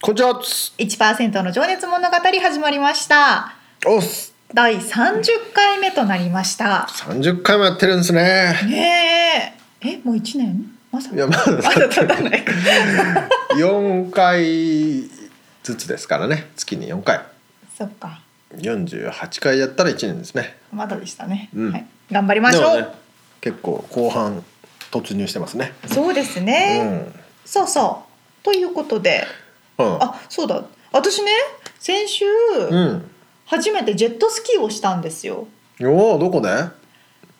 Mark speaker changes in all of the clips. Speaker 1: こんにちはっす
Speaker 2: 1%の情熱物語始まりました
Speaker 1: おっす
Speaker 2: 第30回目となりました
Speaker 1: 30回もやってるんで すね
Speaker 2: ねええもう1年まさか
Speaker 1: いやまだ
Speaker 2: まだ経たないか
Speaker 1: 4回ずつですからね月に4回
Speaker 2: そっか
Speaker 1: 48回やったら1年ですね
Speaker 2: まだでしたね、
Speaker 1: うん
Speaker 2: はい、頑張りまし
Speaker 1: で
Speaker 2: ょ
Speaker 1: も
Speaker 2: う、
Speaker 1: ね結構後半突入してますね
Speaker 2: そうですね、そうそうということで
Speaker 1: うんうん
Speaker 2: あそうだ私ね先週、
Speaker 1: うん
Speaker 2: 初めてジェットスキーをしたんですよ
Speaker 1: おおどこで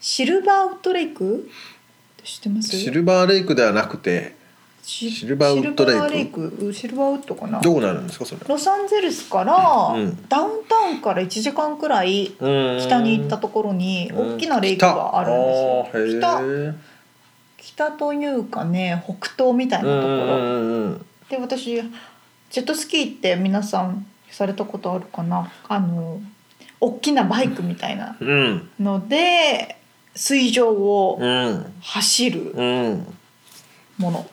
Speaker 2: シルバーウッドレイクって知ってます
Speaker 1: シルバーレイクではなくて
Speaker 2: シ
Speaker 1: シルバーウッドレ
Speaker 2: シル
Speaker 1: イク
Speaker 2: バーレイクシルバーウッドかな
Speaker 1: どこになるんですかそれ
Speaker 2: ロサンゼルスから、
Speaker 1: うん
Speaker 2: ダウンタウンから1時間くらい北に行ったところに大きなレイクがあるんですよ
Speaker 1: 北あ
Speaker 2: 北
Speaker 1: ーへー
Speaker 2: 北というかね北東みたいなとこ
Speaker 1: うん
Speaker 2: ろ
Speaker 1: うんうん
Speaker 2: で私ジェットスキーって皆さんされたことあるかなあの大きなバイクみたいな
Speaker 1: うん
Speaker 2: ので水上を
Speaker 1: うん
Speaker 2: 走る
Speaker 1: うん
Speaker 2: もの。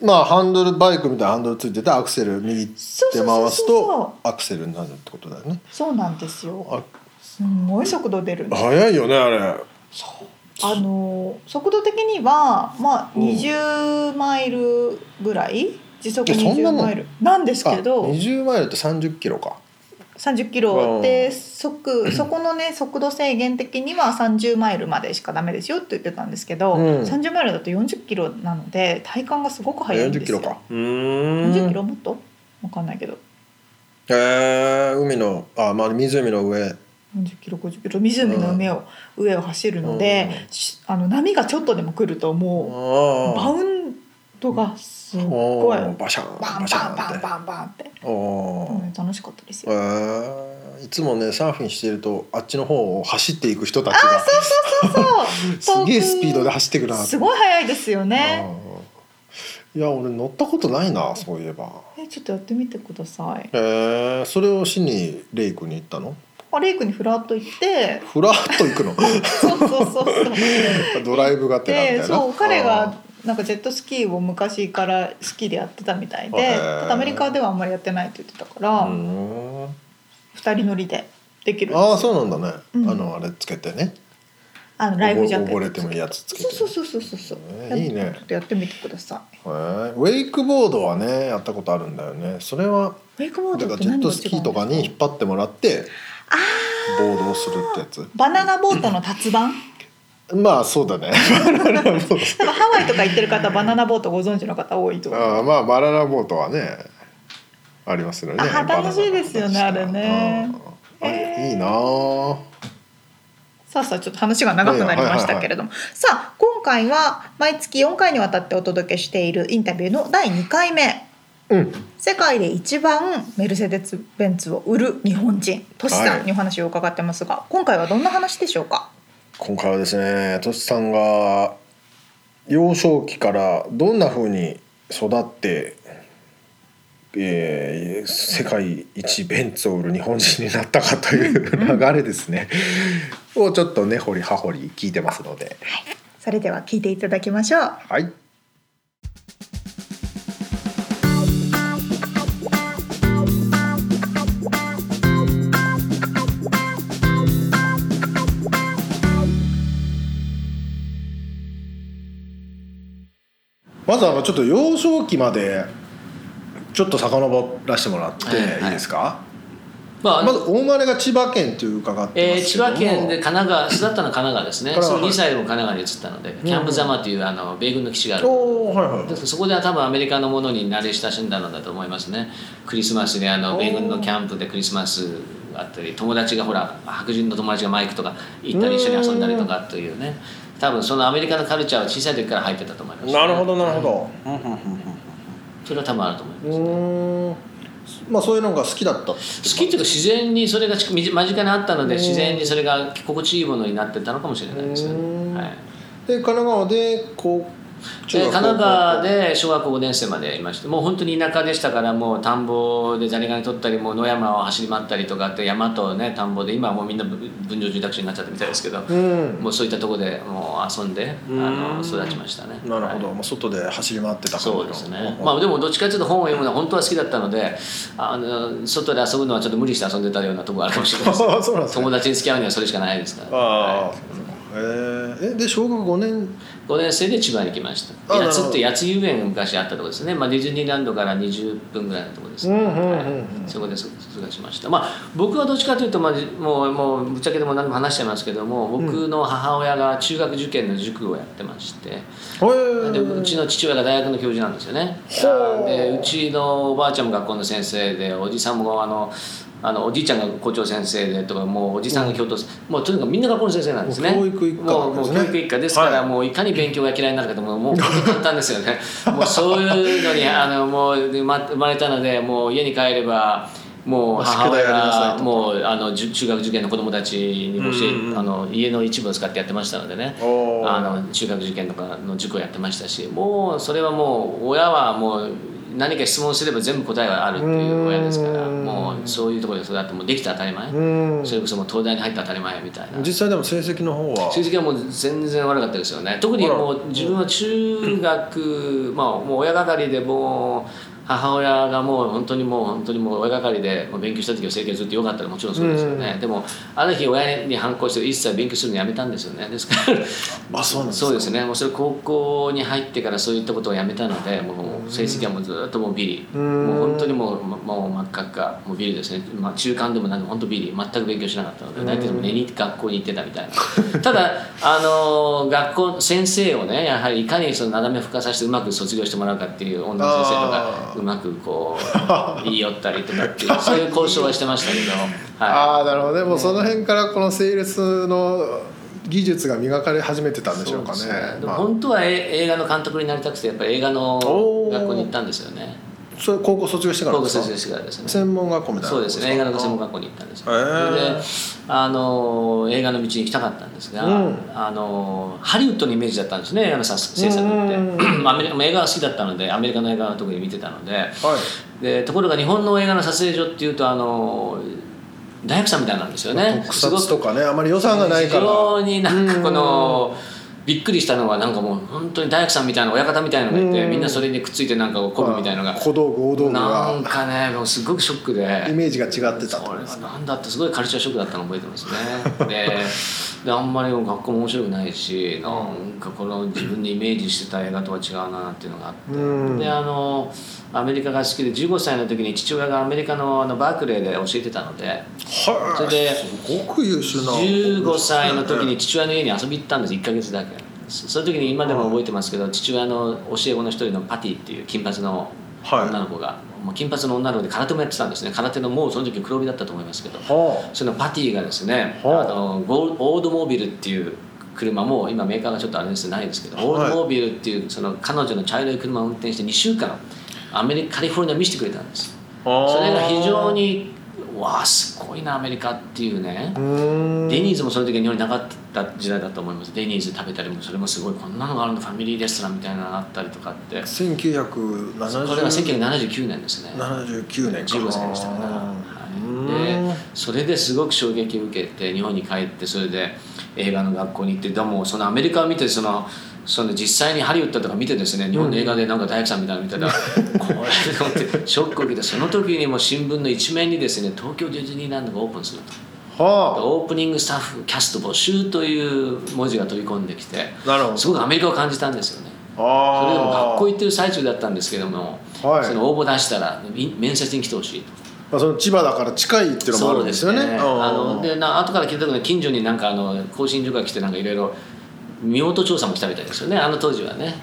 Speaker 1: まあハンドルバイクみたいなハンドルついててアクセル右手
Speaker 2: そうそうそう
Speaker 1: 回すと
Speaker 2: そ
Speaker 1: アクセルになるってことだよね
Speaker 2: う。そうなんですよ
Speaker 1: あ。
Speaker 2: すんごい速度出るんです。
Speaker 1: 早いよねあれ
Speaker 2: そう。あの速度的にはまあ
Speaker 1: うん
Speaker 2: 20マイルぐらい時速
Speaker 1: えそんな
Speaker 2: 20
Speaker 1: もん
Speaker 2: マイルなんです
Speaker 1: あ
Speaker 2: けど
Speaker 1: 20マイルって30キロか
Speaker 2: 30キ
Speaker 1: う
Speaker 2: ロ
Speaker 1: ん
Speaker 2: で 速そこのね速度制限的には30マイルまでしかダメですよって言ってたんですけど、
Speaker 1: うん
Speaker 2: 30マイルだと40キロなので体感がすごく速いん
Speaker 1: 40
Speaker 2: です
Speaker 1: キ
Speaker 2: よ。
Speaker 1: ロかう
Speaker 2: 40キ
Speaker 1: ーん
Speaker 2: ロもっとわかんないけど
Speaker 1: へえ海のあまあ湖の上
Speaker 2: 40キロ50キロ湖の上を、上を走るので、しあの波がちょっとでも来るともう、バ
Speaker 1: あ
Speaker 2: ウンドがすっ
Speaker 1: あ
Speaker 2: ごいバン
Speaker 1: バシャン
Speaker 2: バン
Speaker 1: バシャン
Speaker 2: バン
Speaker 1: って
Speaker 2: バンバンって、
Speaker 1: お
Speaker 2: うん楽しかったです
Speaker 1: ー
Speaker 2: よ。
Speaker 1: へえいつもねサーフィンしてるとあっちの方を走っていく人たち
Speaker 2: あ
Speaker 1: が
Speaker 2: そうそうそうそう
Speaker 1: すげえスピードで走ってくな
Speaker 2: すごい速いですよね。
Speaker 1: うんいや俺乗ったことないなそういえば
Speaker 2: えちょっとやってみてください。
Speaker 1: えー、それをしにレイクに行ったの
Speaker 2: あレイクにフラッと行って
Speaker 1: ふらっと行くの
Speaker 2: そうそう そうそう。
Speaker 1: ドライブがてらみたい
Speaker 2: で
Speaker 1: な
Speaker 2: そう彼
Speaker 1: あ
Speaker 2: がなんかジェットスキーを昔から好きでやってたみたい
Speaker 1: へ
Speaker 2: で
Speaker 1: え
Speaker 2: ただアメリカではあんまりやってないって言ってたから、
Speaker 1: ーうーん
Speaker 2: 二人乗りでできるんですよ
Speaker 1: あーそうなんだね、
Speaker 2: うん
Speaker 1: あのあれつけてね
Speaker 2: あのライフジャケット
Speaker 1: 溺れてもいいやつつけて
Speaker 2: そうそうそうそうそうそう
Speaker 1: ねいいね
Speaker 2: ちょっとやってみてください
Speaker 1: へーウェイクボードはねやったことあるんだよねそれは
Speaker 2: ウェイクボード
Speaker 1: だから
Speaker 2: って
Speaker 1: ジェ
Speaker 2: 何
Speaker 1: ッ
Speaker 2: が違
Speaker 1: ト
Speaker 2: うん
Speaker 1: ス
Speaker 2: です
Speaker 1: キーとかに引っ張ってもらって
Speaker 2: あ
Speaker 1: ボードをするってやつ
Speaker 2: ーバナナボートの達番
Speaker 1: まあそうだね バナナボー
Speaker 2: 多
Speaker 1: ド
Speaker 2: 分ハワイとか行ってる方バナナボートご存知の方多いと思う
Speaker 1: あーまあバナナボートはねありますよね
Speaker 2: あ
Speaker 1: バナナ
Speaker 2: 楽しいですよねあれね
Speaker 1: うんあれ
Speaker 2: へー
Speaker 1: いいなあ
Speaker 2: さあさあちょっと話が長くなりましたけれども、さあ今回は毎月4回にわたってお届けしているインタビューの第2回目
Speaker 1: うん
Speaker 2: 世界で一番メルセデス・ベンツを売る日本人トシさんにお話を伺ってますが、今回はどんな話でしょうか
Speaker 1: 今回はですねとしさんが幼少期からどんな風に育って、えー世界一ベンツを売る日本人になったかという流れですね、をちょっとね掘り葉掘り聞いてますので
Speaker 2: それでは聞いていただきましょう
Speaker 1: はいまずあのちょっと幼少期までちょっと遡らせてもらって
Speaker 3: はいはい
Speaker 1: いいですか、
Speaker 3: まあ
Speaker 1: まず大生まれが千葉県という伺って
Speaker 3: え
Speaker 1: ま
Speaker 3: ー
Speaker 1: す
Speaker 3: 千
Speaker 1: けども
Speaker 3: 葉県で神奈川育ったのは神奈川ですね
Speaker 1: 神奈
Speaker 3: そ
Speaker 1: 川
Speaker 3: の2歳も神奈川に移ったのでキャンプザマというあの米軍の基地がある
Speaker 1: おーはいはい
Speaker 3: でそこでは多分アメリカのものに慣れ親しんだのだと思いますねクリスマスであの米軍のキャンプでクリスマスあったり友達がほら白人の友達がマイクとか行ったり一緒に遊んだりとかというね多分そのアメリカのカルチャーは小さい時から入ってたと思います、
Speaker 1: なるほどなるほど
Speaker 3: それは多分あると思います
Speaker 1: うーんまあそういうのが好きだった好
Speaker 3: 好きっていうか自然にそれが近身近にあったので自然にそれが心地いいものになってたのかもしれないですよ
Speaker 1: うん
Speaker 3: ね、はい
Speaker 1: で神奈川でこう
Speaker 3: で神奈川
Speaker 1: 高校
Speaker 3: で小学校5年生までいましてもう本当に田舎でしたからもう田んぼでザリガニ取ったりもう野山を走り回ったりとかって山とね田んぼで今はもうみんな分分譲住宅地になっちゃったみたいですけど、
Speaker 1: うん
Speaker 3: もうそういったところでもう遊んであの育ちましたね。
Speaker 1: なるほど、
Speaker 3: はい
Speaker 1: まあ外で走り回ってた感じの
Speaker 3: そうですね、まあ、でもどっちかというと本を読むのは本当は好きだったのであの外で遊ぶのはちょっと無理して遊んでたようなところがあるかもしれないです
Speaker 1: あ あそうなんですね
Speaker 3: 友達に付き合うにはそれしかないですから、
Speaker 1: ああ
Speaker 3: は、
Speaker 1: えーえで小学五年
Speaker 3: 5年生で千葉に来まし
Speaker 1: あ
Speaker 3: た
Speaker 1: なる
Speaker 3: 八
Speaker 1: ほど
Speaker 3: つって八つ遊園が昔あったところですね、まあ、ディズニーランドから20分ぐらいのところです、
Speaker 1: うんうんうんうん
Speaker 3: はいそこで卒業しましたまあ僕はどっちかというと、まあ、じもうもうぶっちゃけでも何でも話しちゃいますけども僕の母親が中学受験の塾をやってまして、
Speaker 1: え
Speaker 3: でう
Speaker 1: ー、
Speaker 3: ちの父親が大学の教授なんですよね
Speaker 1: ほう
Speaker 3: でうちのおばあちゃんも学校の先生でおじさんもあのあのおじいちゃんが校長先生でとかもうおじさんが教頭、もうとにかくみんな学校の先生なんですね
Speaker 1: もう教育一家
Speaker 3: もうも
Speaker 1: で
Speaker 3: う
Speaker 1: すね
Speaker 3: 教育一家ですから、
Speaker 1: はい
Speaker 3: もういかに勉強が嫌いになるかともうもう簡単ですよ ねもうそういうのにあのもう生ま生まれたのでもう家に帰ればもう母親
Speaker 1: 宿題やりなさい
Speaker 3: が
Speaker 1: と
Speaker 3: もうあのじゅ中学受験の子供たちにも教え
Speaker 1: うんうんうん
Speaker 3: あの家の一部を使ってやってましたのでね
Speaker 1: おー
Speaker 3: あの中学受験とかの塾をやってましたしもうそれはもう親はもう何か質問すれば全部答えはあるっていう親ですから
Speaker 1: うん
Speaker 3: もうそういうところで育ってもうできた当たり前
Speaker 1: うん
Speaker 3: それこそもう東大に入った当たり前みたいな
Speaker 1: 実際でも成績の方は
Speaker 3: 成績はもう全然悪かったですよね特にもう自分は中学まあもう親がかりでもう母親がもう本当にもう本当にもう親がかりでもう勉強した時は成績がずっと良かったらもちろんそうですよね、でもある日親に反抗して一切勉強するのやめたんですよねですから
Speaker 1: あそうなんですか
Speaker 3: そうですねもうそれ高校に入ってからそういったことをやめたのでもう成績はもうずっともうビリ
Speaker 1: うん
Speaker 3: もう本当にもうまもう真っ赤っかもうビリですね、まあ、中間でもなんでも本当ビリ全く勉強しなかったので大体でも寝に学校に行ってたみたいなただあの学校先生をねやはりいかにその斜め吹かさせてうまく卒業してもらうかっていう女の先生と
Speaker 1: あ
Speaker 3: か
Speaker 1: ー
Speaker 3: うまくこう言い寄ったりとかっていうそういう交渉はしてましたけど、 はい、
Speaker 1: ああなるほどねもうその辺からこのセールスの技術が磨かれ始めてたんでしょうかね
Speaker 3: そうですねでも
Speaker 1: まあ、
Speaker 3: 本当はえ映画の監督になりたくてやっぱり映画の
Speaker 1: おー
Speaker 3: 学校に行ったんですよね
Speaker 1: それ高校卒業してから
Speaker 3: 高
Speaker 1: で
Speaker 3: 校
Speaker 1: すか
Speaker 3: 先生からですね
Speaker 1: 専門学校みたいな
Speaker 3: そうですね映画の専門学校に行ったんですよ、
Speaker 1: へー
Speaker 3: であの映画の道に行きたかったんですが、
Speaker 1: うん
Speaker 3: あのハリウッドのイメージだったんですね映画のさ制作って、
Speaker 1: うん
Speaker 3: アメリカ映画が好きだったのでアメリカの映画は特に見てたので
Speaker 1: はい
Speaker 3: でところが日本の映画の撮影所っていうとあの大学さんみたいなんですよね
Speaker 1: 特
Speaker 3: すごく
Speaker 1: 撮とかねあまり予算がないから
Speaker 3: 非常になんかこのびっくりしたのはなんかもう本当に大工さんみたいな親方みたいなのがいて
Speaker 1: うん
Speaker 3: みんなそれにくっついてなんかこうこぶみたいなのが
Speaker 1: 小道具大道具
Speaker 3: なん
Speaker 1: が
Speaker 3: かねもうすごくショックで
Speaker 1: イメージが違ってた
Speaker 3: そ
Speaker 1: と
Speaker 3: れがなんだってすごいカルチャーショックだったの覚えてます ねでであんまり学校も面白くないしなんかこの自分でイメージしてた映画とは違うなっていうのがあって
Speaker 1: うん
Speaker 3: であのアメリカが好きで15歳の時に父親がアメリカのあのバークレーで教えてたので
Speaker 1: はい
Speaker 3: それです
Speaker 1: ごく優秀な
Speaker 3: 15歳の時に父親の家に遊び行ったんです1ヶ月だけそその時に今でも覚えてますけど父親の教え子の一人のパティっていう金髪の
Speaker 1: はい
Speaker 3: 女の子が、もう金髪の女の子で空手もやってたんですね空手のもうその時黒帯だったと思いますけど
Speaker 1: は
Speaker 3: そのパティがですね、
Speaker 1: はあ
Speaker 3: あのゴーオールドモービルっていう車もう今メーカーがちょっとあれですないですけど、
Speaker 1: はい
Speaker 3: オールドモービルっていうその彼女の茶色い車を運転して2週間アメリカカリフォルニア見せてくれたんです
Speaker 1: あ
Speaker 3: それが非常にわあすごいなアメリカっていうね、
Speaker 1: うーん
Speaker 3: デニーズもその時は日本になかった時代だと思いますデニーズ食べたりもそれもすごいこんなのがあるのファミリーレストランみたいなのがあったりとかって
Speaker 1: 1979
Speaker 3: これが1979年ですね
Speaker 1: 年か
Speaker 3: 15歳でしたから、は
Speaker 1: う
Speaker 3: い、
Speaker 1: ー
Speaker 3: で
Speaker 1: ん
Speaker 3: それですごく衝撃を受けて日本に帰ってそれで映画の学校に行ってでもそのアメリカを見てそのその実際にハリウッドとか見てですね日本の映画でなんか大工さんみたいなの見たら、これと思ってショックを受けてその時にもう新聞の一面にですね東京ディズニーランドがオープンすると。
Speaker 1: は
Speaker 3: オープニングスタッフキャスト募集という文字が飛び込んできて
Speaker 1: あなるほど
Speaker 3: すごくアメリカを感じたんですよねそれでも
Speaker 1: あ
Speaker 3: 学校行ってる最中だったんですけども、
Speaker 1: はい
Speaker 3: その応募出したらい面接に来てほしいと
Speaker 1: まあ、その千葉だから近いっていうのもあるんですよね。
Speaker 3: そうです
Speaker 1: うん
Speaker 3: あのでな後から聞いたけど近所になんかあの更新所が来てなんかいろいろ見事調査も来たみたいですよねあの当時はね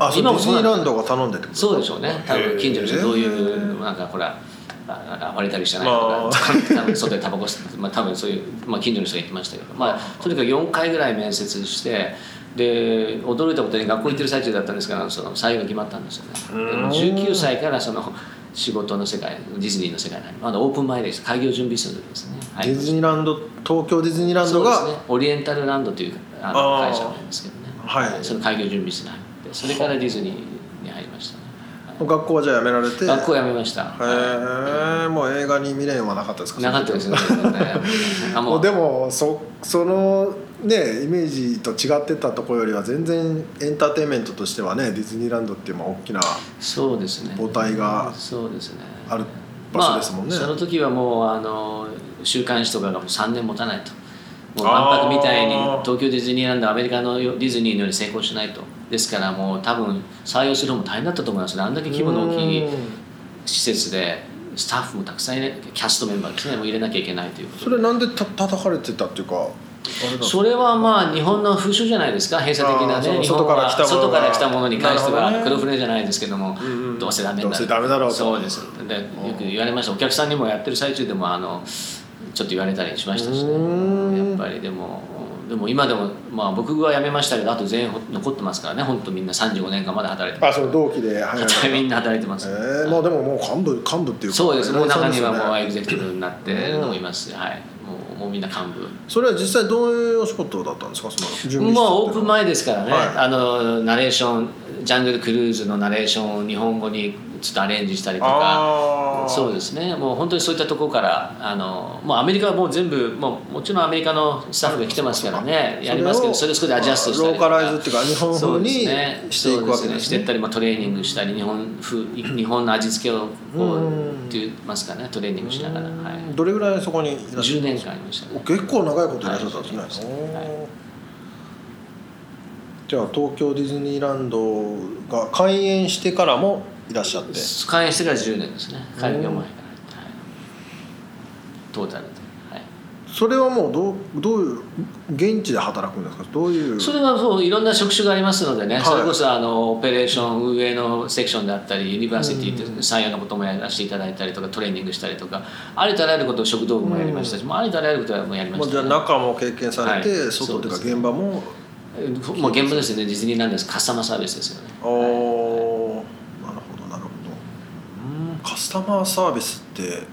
Speaker 1: あそうディズニーラン
Speaker 3: ド
Speaker 1: ドが頼んでってこと
Speaker 3: そうでしょうね多分近所の人どうい
Speaker 1: へー
Speaker 3: うなんかほらあ暴れたりしてないとか、 多分外でタバコ吸って、まあ、多分そういう、まあ、近所の人が言ってましたけど、まあ、とにかく4回ぐらい面接してで驚いたことに学校行ってる最中だったんですからその採用が決まったんですよねでも19歳からその仕事の世界ディズニーの世界にまだオープン前です開業準備室ですね、はい、
Speaker 1: ディズニーランド東京ディズニーランド
Speaker 3: そうで
Speaker 1: が
Speaker 3: すね、オリエンタルランドというあの
Speaker 1: あー
Speaker 3: 会社なんですけどね
Speaker 1: はい
Speaker 3: その開業準備室に入ってそれからディズニーに入りましたね、
Speaker 1: 学校はじゃあ辞められて
Speaker 3: 学校辞めました、は
Speaker 1: へえもう映画に未練はなかったですか
Speaker 3: いなかったですね あ
Speaker 1: も
Speaker 3: も
Speaker 1: う
Speaker 3: う
Speaker 1: でもそそのねイメージと違ってたところよりは全然エンターテインメントとしてはねディズニーランドっていうまあ大きな
Speaker 3: そうですね
Speaker 1: 母体が
Speaker 3: そうですね
Speaker 1: ある場所ですもんね、
Speaker 3: まあ、その時はもうあの週刊誌とかがもう3年持たないともう
Speaker 1: あー
Speaker 3: 万博みたいに東京ディズニーランドアメリカのディズニーのように成功しないとですからもう多分採用するのも大変だったと思いますねあんだけ規模の大きい
Speaker 1: うん
Speaker 3: 施設でスタッフもたくさん入れキャストメンバーですねもう入れなきゃいけないということ
Speaker 1: そ
Speaker 3: で
Speaker 1: れなんでた叩かれてたっていうかあれなの
Speaker 3: それはまあ日本の風習じゃないですか閉鎖的な
Speaker 1: あーそ
Speaker 3: ね
Speaker 1: の
Speaker 3: 日本は
Speaker 1: 外から来たものが
Speaker 3: 外から来たものに関して
Speaker 1: なるほ
Speaker 3: は、
Speaker 1: どね
Speaker 3: 黒船じゃないですけども、
Speaker 1: んうん
Speaker 3: どうせダメ
Speaker 1: ど
Speaker 3: だ
Speaker 1: うせダメだろうと
Speaker 3: そうですでよく言われましたお客さんにもやってる最中でもあのちょっと言われたりしましたし
Speaker 1: うーん
Speaker 3: ねやっぱりでもでも今でも、まあ、僕は辞めましたけどあと全員ほ残ってますからね本当みんな35年間まだ働いてま
Speaker 1: あその同期で入られ
Speaker 3: すみん
Speaker 1: た
Speaker 3: な働いてます、
Speaker 1: えー、まあでももう幹部幹部っていうか
Speaker 3: そうです、もう中には
Speaker 1: 偉いさんですよね
Speaker 3: もうエグゼクティブになってるのもいますし、はい、もうもうみんな幹部。
Speaker 1: それは実際どういうお仕事だったんですかその準備室っていうの
Speaker 3: ま
Speaker 1: は
Speaker 3: あオープン前ですからね、
Speaker 1: はい
Speaker 3: あのナレーションジャングルクルーズのナレーションを日本語にちょっとアレンジしたりとか
Speaker 1: あー
Speaker 3: そうですねもう本当にそういったところからあのもうアメリカはもう全部もうもちろんアメリカのスタッフが来てますからねやりますけどそれをそこでアジャストしたりとか
Speaker 1: ローカライズっていうか日本風に
Speaker 3: そうですね
Speaker 1: していくわけですね
Speaker 3: そうしていったり、まあ、トレーニングしたり日本 風日本の味付けをこ
Speaker 1: うん
Speaker 3: うって言いますかねトレーニングしながら、はい、
Speaker 1: どれぐらいそこにいらっしゃ
Speaker 3: 10年間いましたね
Speaker 1: お結構長いこといらっしゃったんですね、
Speaker 3: はい
Speaker 1: おーじゃあ東京ディズニーランドが開園してからもいらっしゃって
Speaker 3: 開園してから10年ですね開業前から、
Speaker 1: うん
Speaker 3: はい、トータルで、はい、
Speaker 1: それはもうどうどういう現地で働くんですかどういう
Speaker 3: それはそういろんな職種がありますのでね、
Speaker 1: はい
Speaker 3: それこそあのオペレーション運営のセクションであったりユニバーシティって採用のこともやらせていただいたりとかトレーニングしたりとかありとあらゆることを食堂部もやりましたし、もうありとあらゆることはもうやりま
Speaker 1: もう
Speaker 3: し
Speaker 1: じゃ
Speaker 3: た
Speaker 1: あ
Speaker 3: ね、
Speaker 1: 中も経験されて、
Speaker 3: はい
Speaker 1: 外というか
Speaker 3: そうですね
Speaker 1: 現場も
Speaker 3: もう現場ですよねディズニーランドですカスタマーサービスですよね
Speaker 1: おお、なるほどなるほどうんカスタマーサービスって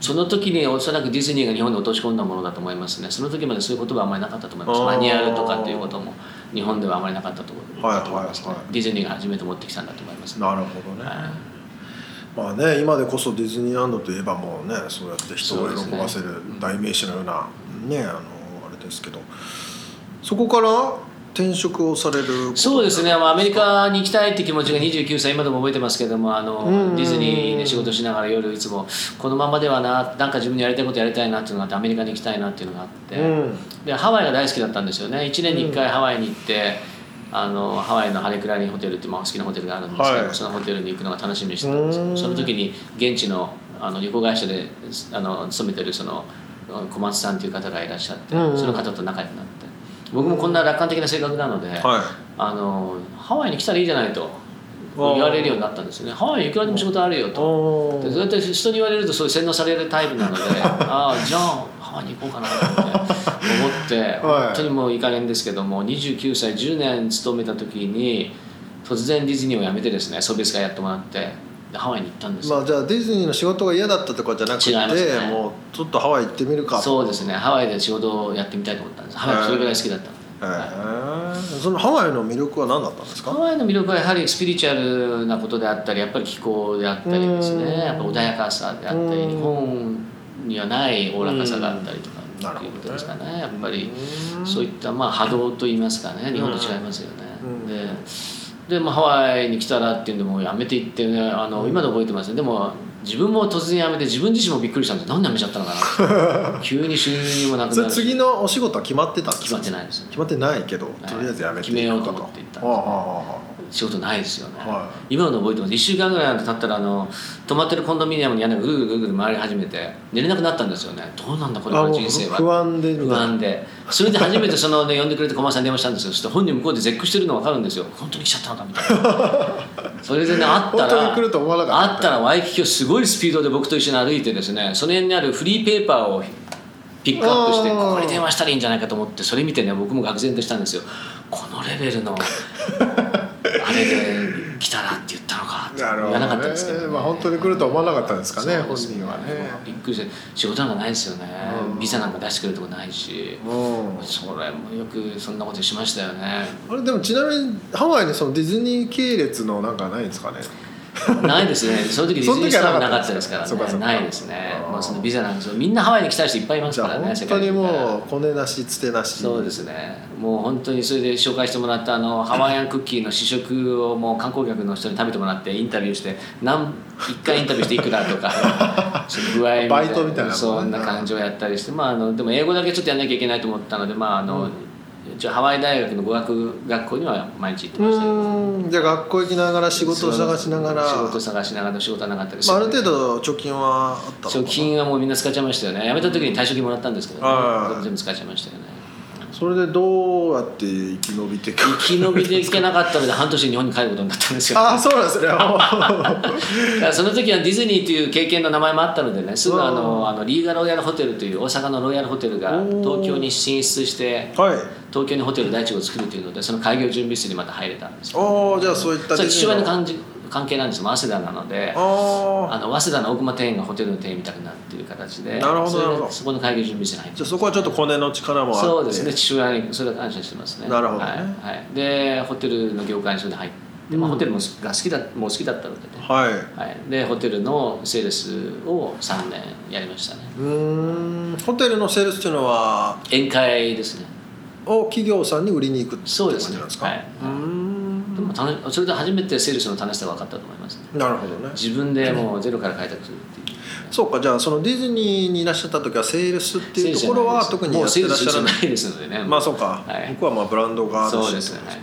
Speaker 3: その時におそらくディズニーが日本に落とし込んだものだと思いますねその時までそういう言葉はあまりなかったと思いま
Speaker 1: あ
Speaker 3: す
Speaker 1: ー
Speaker 3: マニュアルとかっていうことも日本ではあまりなかったと思い
Speaker 1: はいはいはい
Speaker 3: ますね、ディズニーが初めて持ってきたんだと思いますね、
Speaker 1: なるほどね、
Speaker 3: はい
Speaker 1: まあね今でこそディズニーランドといえばもうねそうやって人を
Speaker 3: そうです
Speaker 1: 喜
Speaker 3: ね
Speaker 1: ばせる代名詞のようなねあのあれですけどそこから転職をされること
Speaker 3: そうですね、まあアメリカに行きたいって気持ちが29歳、今でも覚えてますけども、あの
Speaker 1: うん
Speaker 3: ディズニーで仕事しながら、夜いつも、このままではな、なんか自分のやりたいことやりたいなっていうのがあって、アメリカに行きたいなっていうのがあって、
Speaker 1: うん
Speaker 3: でハワイが大好きだったんですよね、1年に1回ハワイに行って、あのハワイのハレクラリンホテルっていう、まあ、好きなホテルがあるんですけど、
Speaker 1: はい
Speaker 3: そのホテルに行くのが楽しみにしてたんですけ
Speaker 1: うん
Speaker 3: ど、その時に現地のあの旅行会社であの勤めてるその小松さんという方がいらっしゃって、
Speaker 1: うん
Speaker 3: その方と仲良くなって。僕もこんな楽観的な性格なので、
Speaker 1: は
Speaker 3: あのハワイに来たらいいじゃないと言われるようになったんですよねハワイいくらでも仕事あるよ
Speaker 1: い
Speaker 3: と
Speaker 1: お
Speaker 3: でそうやって人に言われるとそういう洗脳されるタイプ なのでああじゃあハワイに行こうかなって思って、
Speaker 1: はい
Speaker 3: 本当にもういい加減ですけども29歳10年勤めた時に突然ディズニーを辞めてですね送別会やってもらってでハワイに行ったんですよ、
Speaker 1: まあじゃあディズニーの仕事が嫌だったとかじゃなくて
Speaker 3: 違いますね
Speaker 1: もうちょっとハワイ行ってみるか
Speaker 3: そうですねハワイで仕事をやってみたいと思ったんですハワイそれぐらい好きだったので、
Speaker 1: へえそのハワイの魅力は何だったんです
Speaker 3: ハ
Speaker 1: か
Speaker 3: ワイの魅力はやはりスピリチュアルなことであったりやっぱり気候であったりです
Speaker 1: うん
Speaker 3: ねやっぱ穏やかさであった
Speaker 1: う
Speaker 3: り
Speaker 1: ん
Speaker 3: 日本にはないおおらかさがあったりとか
Speaker 1: うんなる
Speaker 3: っ
Speaker 1: ほ
Speaker 3: て
Speaker 1: どね
Speaker 3: いうことですかねやっぱり
Speaker 1: うん
Speaker 3: そういったまあ波動といいますかね日本と違いますよね
Speaker 1: うん
Speaker 3: でで、まあ、ハワイに来たらっていうんでもうやめていってねあの今で覚えてますねでも自分も突然やめて自分自身もびっくりしたんですなんでやめちゃったのかな って急に収入もなく
Speaker 1: そ
Speaker 3: な
Speaker 1: れ
Speaker 3: るし
Speaker 1: 次のお仕事は決まってたんです
Speaker 3: 決
Speaker 1: か
Speaker 3: まってないですね
Speaker 1: 決まってないけどとりあえずやめてい
Speaker 3: 決め
Speaker 1: こ
Speaker 3: よう
Speaker 1: う
Speaker 3: と
Speaker 1: か
Speaker 3: 思って行ったん
Speaker 1: あ
Speaker 3: です
Speaker 1: あああああ
Speaker 3: 仕事ないですよね、
Speaker 1: は
Speaker 3: 今まで覚えてます1週間ぐらい経ったらあの泊まってるコンドミニアムに屋根がぐるぐるぐるぐる回り始めて寝れなくなったんですよねどうなんだこれから人生は
Speaker 1: あもう不安で
Speaker 3: 不安でそれで初めてその、ね、呼んでくれて駒井さんに電話したんですよそして本人向こうで絶句してるの分かるんですよ本当に来ちゃったのかみたいなそれでね会ったら
Speaker 1: 本当に来ると思わなかった
Speaker 3: 会ったらワイキキをすごいスピードで僕と一緒に歩いてですねその辺にあるフリーペーパーをピックアップして
Speaker 1: あー
Speaker 3: ここに電話したらいいんじゃないかと思ってそれ見てね僕も愕然としたんですよこのレベ ルのあれで来たらって言ったのかって
Speaker 1: なる
Speaker 3: 言
Speaker 1: ほ
Speaker 3: わ
Speaker 1: ど
Speaker 3: なかったですけど、
Speaker 1: ねまあ本当に来るとは思わなかったんですかね
Speaker 3: そう
Speaker 1: 本
Speaker 3: です
Speaker 1: 人はね
Speaker 3: びっくりして仕事なんかないですよね、
Speaker 1: うん
Speaker 3: ビザなんか出してくれるとこないし、
Speaker 1: うん
Speaker 3: それもよくそんなことしましたよね
Speaker 1: あれでもちなみにハワイにそのディズニー系列のなんかないんですかね
Speaker 3: ないです ねその時ディズニースターもなかったですから
Speaker 1: その時はなかったですかそうかそ
Speaker 3: ね
Speaker 1: うか
Speaker 3: ないですね
Speaker 1: あー
Speaker 3: まあそのビザなんかそうみんなハワイに来たい人いっぱいいます
Speaker 1: じ
Speaker 3: か
Speaker 1: ゃ
Speaker 3: ら
Speaker 1: あ
Speaker 3: ね
Speaker 1: 本当に
Speaker 3: 世界中か
Speaker 1: も
Speaker 3: ら
Speaker 1: うコネなしつてなし
Speaker 3: そうですねもう本当にそれで紹介してもらったあのハワイアンクッキーの試食をもう観光客の人に食べてもらってインタビューして何一回インタビューしていくらと かその具合みたいな
Speaker 1: バイトみたいなもんね
Speaker 3: そんな感じをやったりして、まあ、あのでも英語だけちょっとやんなきゃいけないと思ったので、まああの一応ハワイ大学の語学学校には毎日行って
Speaker 1: う
Speaker 3: ましたけど
Speaker 1: ーんじゃあ学校行きながら仕事を探しながら、
Speaker 3: 仕事を探しながら仕事はなかったです
Speaker 1: まあ、
Speaker 3: よ
Speaker 1: あ
Speaker 3: ね、
Speaker 1: る程度貯金はあったのかな
Speaker 3: 貯金はもうみんな使っちゃいましたよね辞めた時に退職金もらったんですけど、ね
Speaker 1: ああ、
Speaker 3: 全部使っちゃいましたよね
Speaker 1: それでどうやって生き延びていく
Speaker 3: 生き延びていけなかったので半年日本に帰ることになったんですよ
Speaker 1: ああそうなん ですね
Speaker 3: だからその時はディズニーという経験の名前もあったのでねすぐあ
Speaker 1: う
Speaker 3: のあのリーガロイヤルホテルという大阪のロイヤルホテルが
Speaker 1: おー
Speaker 3: 東京に進出して
Speaker 1: はい
Speaker 3: 東京にホテル第一号を作るというのでその開業準備室にまた入れたんですよ
Speaker 1: おおじゃあそういった
Speaker 3: それ
Speaker 1: ディズ
Speaker 3: 父
Speaker 1: ニー
Speaker 3: 親の関じ関係なんですもん早稲田なので
Speaker 1: あ
Speaker 3: あの早稲田の大熊庭園がホテルの庭園みたくなっていう形で
Speaker 1: なるほど
Speaker 3: それで
Speaker 1: なるほど
Speaker 3: そこの開業準備室に入っ
Speaker 1: あ
Speaker 3: て
Speaker 1: じゃあそこはちょっとコネの力もあって
Speaker 3: そうですね父親にそれは感謝してますね
Speaker 1: なるほどね
Speaker 3: はいはい、でホテルの業界にそれで入って、まあ、
Speaker 1: うん
Speaker 3: ホテルもが好きだもう好きだったのでね、
Speaker 1: はい
Speaker 3: はい、でホテルのセールスを3年やりましたね
Speaker 1: うーんホテルのセールスっていうのは
Speaker 3: 宴会ですね
Speaker 1: を企業さんに売りに行くっていう
Speaker 3: そう
Speaker 1: 感
Speaker 3: で
Speaker 1: じ
Speaker 3: すね
Speaker 1: なんですか
Speaker 3: はいう
Speaker 1: ーん
Speaker 3: でも楽しそれで初めてセールスの楽しさが分かったと思いますね
Speaker 1: なるほどね
Speaker 3: 自分でもうゼロから開拓するっていう
Speaker 1: そうかじゃあそのディズニーにいらっしゃった時はセールスっていうところは特に
Speaker 3: も
Speaker 1: や
Speaker 3: う
Speaker 1: って
Speaker 3: セー
Speaker 1: らっし
Speaker 3: ルス
Speaker 1: ゃ
Speaker 3: じ
Speaker 1: ら
Speaker 3: ゃ
Speaker 1: ない
Speaker 3: ないですのでね
Speaker 1: まあそうか、
Speaker 3: はい
Speaker 1: 僕はまあブランド側
Speaker 3: そうですね
Speaker 1: ね
Speaker 3: はい